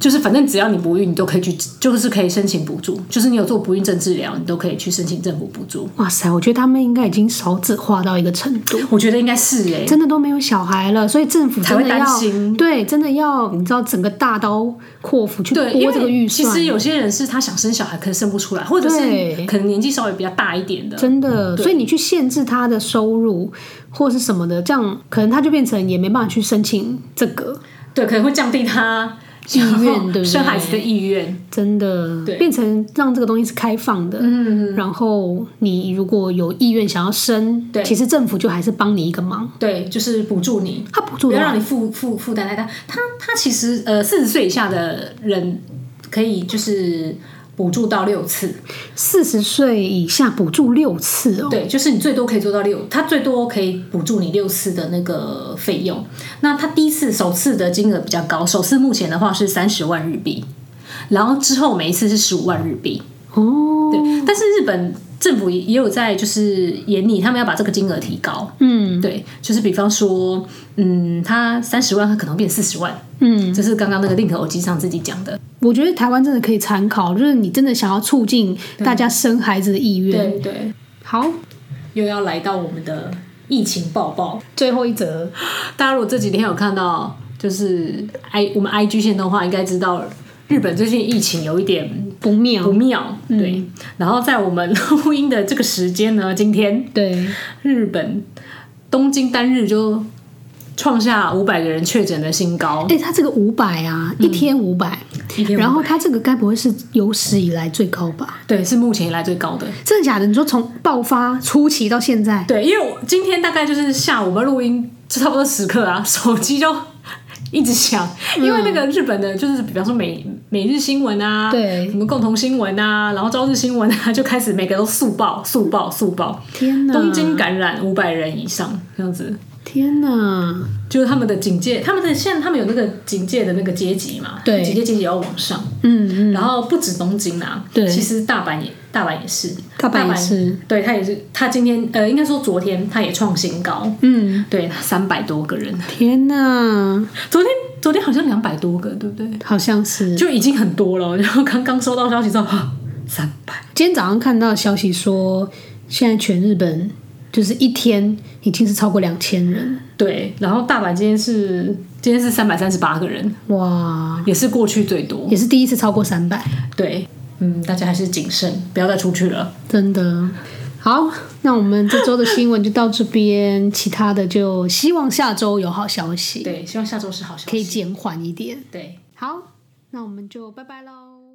S2: 就是反正只要你不孕，你都可以去，就是可以申请补助，就是你有做不孕症治疗，你都可以去申请政府补助。
S1: 哇塞，我觉得他们应该已经少子化到一个程度，
S2: 我觉得应该是哎、
S1: 真的都没有小孩了，所以政府真的
S2: 才会担
S1: 要
S2: 心
S1: 对，真的要你知道整个大刀阔斧去
S2: 对，
S1: 拨这
S2: 因
S1: 个
S2: 为
S1: 预
S2: 其
S1: 算，
S2: 实有些人是他想生小孩，可是生不出来，或者
S1: 对
S2: 是可能年纪稍微比较大一点的，
S1: 真的，所以你去限制他的收入或是什么的，这样可能他就变成也没办法去申请这个，
S2: 对，可能会降低他
S1: 意愿
S2: 想要
S1: 对不对
S2: 生孩子的意愿。
S1: 真的变成让这个东西是开放的。嗯，然后你如果有意愿想要生，
S2: 对
S1: 其实政府就还是帮你一个忙，
S2: 对，就是补助你，
S1: 他补助
S2: 不
S1: 的
S2: 要
S1: 话
S2: 让你负负负担太大。他他其实呃，四十岁以下的人可以就是补助到六次，
S1: 四十岁以下补助六次哦，
S2: 对，就是你最多可以做到六，他最多可以补助你六次的那个费用。那他第一次首次的金额比较高，首次目前的话是三十万日币，然后之后每一次是十五万日币。
S1: 哦，
S2: 对，但是日本政府也也有在就是研拟，他们要把这个金额提高。
S1: 嗯
S2: 对，就是比方说，嗯，他三十万，他可能变四十万，
S1: 嗯，
S2: 这是刚刚那个 Link 耳机上自己讲的。
S1: 我觉得台湾真的可以参考，就是你真的想要促进大家生孩子的意愿。
S2: 对，
S1: 好，
S2: 又要来到我们的疫情报报。
S1: 最后一则，
S2: 大家如果这几天有看到，就是 I 我们 IG 线动的话，应该知道日本最近疫情有一点
S1: 不妙
S2: 不，妙。
S1: 嗯
S2: 对，然后在我们录音的这个时间呢，今天
S1: 对，
S2: 日本东京单日就创下五百个人确诊的新高，
S1: 哎、他这个五百啊，一天五百、
S2: 一天
S1: 然
S2: 500
S1: 后他这个该不会是有史以来最高吧？
S2: 对是目前以来最高的。
S1: 真的假的？你说从爆发初期到现在，
S2: 对，因为我今天大概就是下午我们录音，就差不多时刻啊， [LAUGHS] 手机就一直响，
S1: 嗯
S2: 因为那个日本的，就是比方说每每日新闻啊，
S1: 对
S2: 什么共同新闻啊，然后朝日新闻啊， [LAUGHS] 就开始每个都速报、速报、速报。
S1: 天哪！
S2: 东京，感染五百人以上，这样子，
S1: 天哪！
S2: 就是他们的警戒，他们的现在他们有那个警戒的那个阶级嘛，
S1: 对
S2: 警戒阶级要往上，
S1: 嗯嗯，
S2: 然后不止东京啦，
S1: 对
S2: 其实大阪也大阪也是，
S1: 大阪也是，
S2: 对他也是，他今天呃，应该说昨天他也创新高，
S1: 嗯，
S2: 对，三百多个人，
S1: 天哪，
S2: 昨天昨天好像两百多个，对不对？
S1: 好像是。
S2: 就已经很多了。然后刚刚收到消息之后，啊三百，
S1: 今天早上看到消息说，现在全日本就是一天已经是超过两千人，
S2: 对。然后大阪今天是今天是三百三十八个人，
S1: 哇，
S2: 也是过去最多。
S1: 也是第一次超过三百，
S2: 对，嗯，大家还是谨慎，不要再出去了。
S1: 真的。好，那我们这周的新闻就到这边，其他的就希望下周有好消息，
S2: 对，希望下周是好消息。
S1: 可以减缓一点。
S2: 对。
S1: 好，那我们就拜拜喽。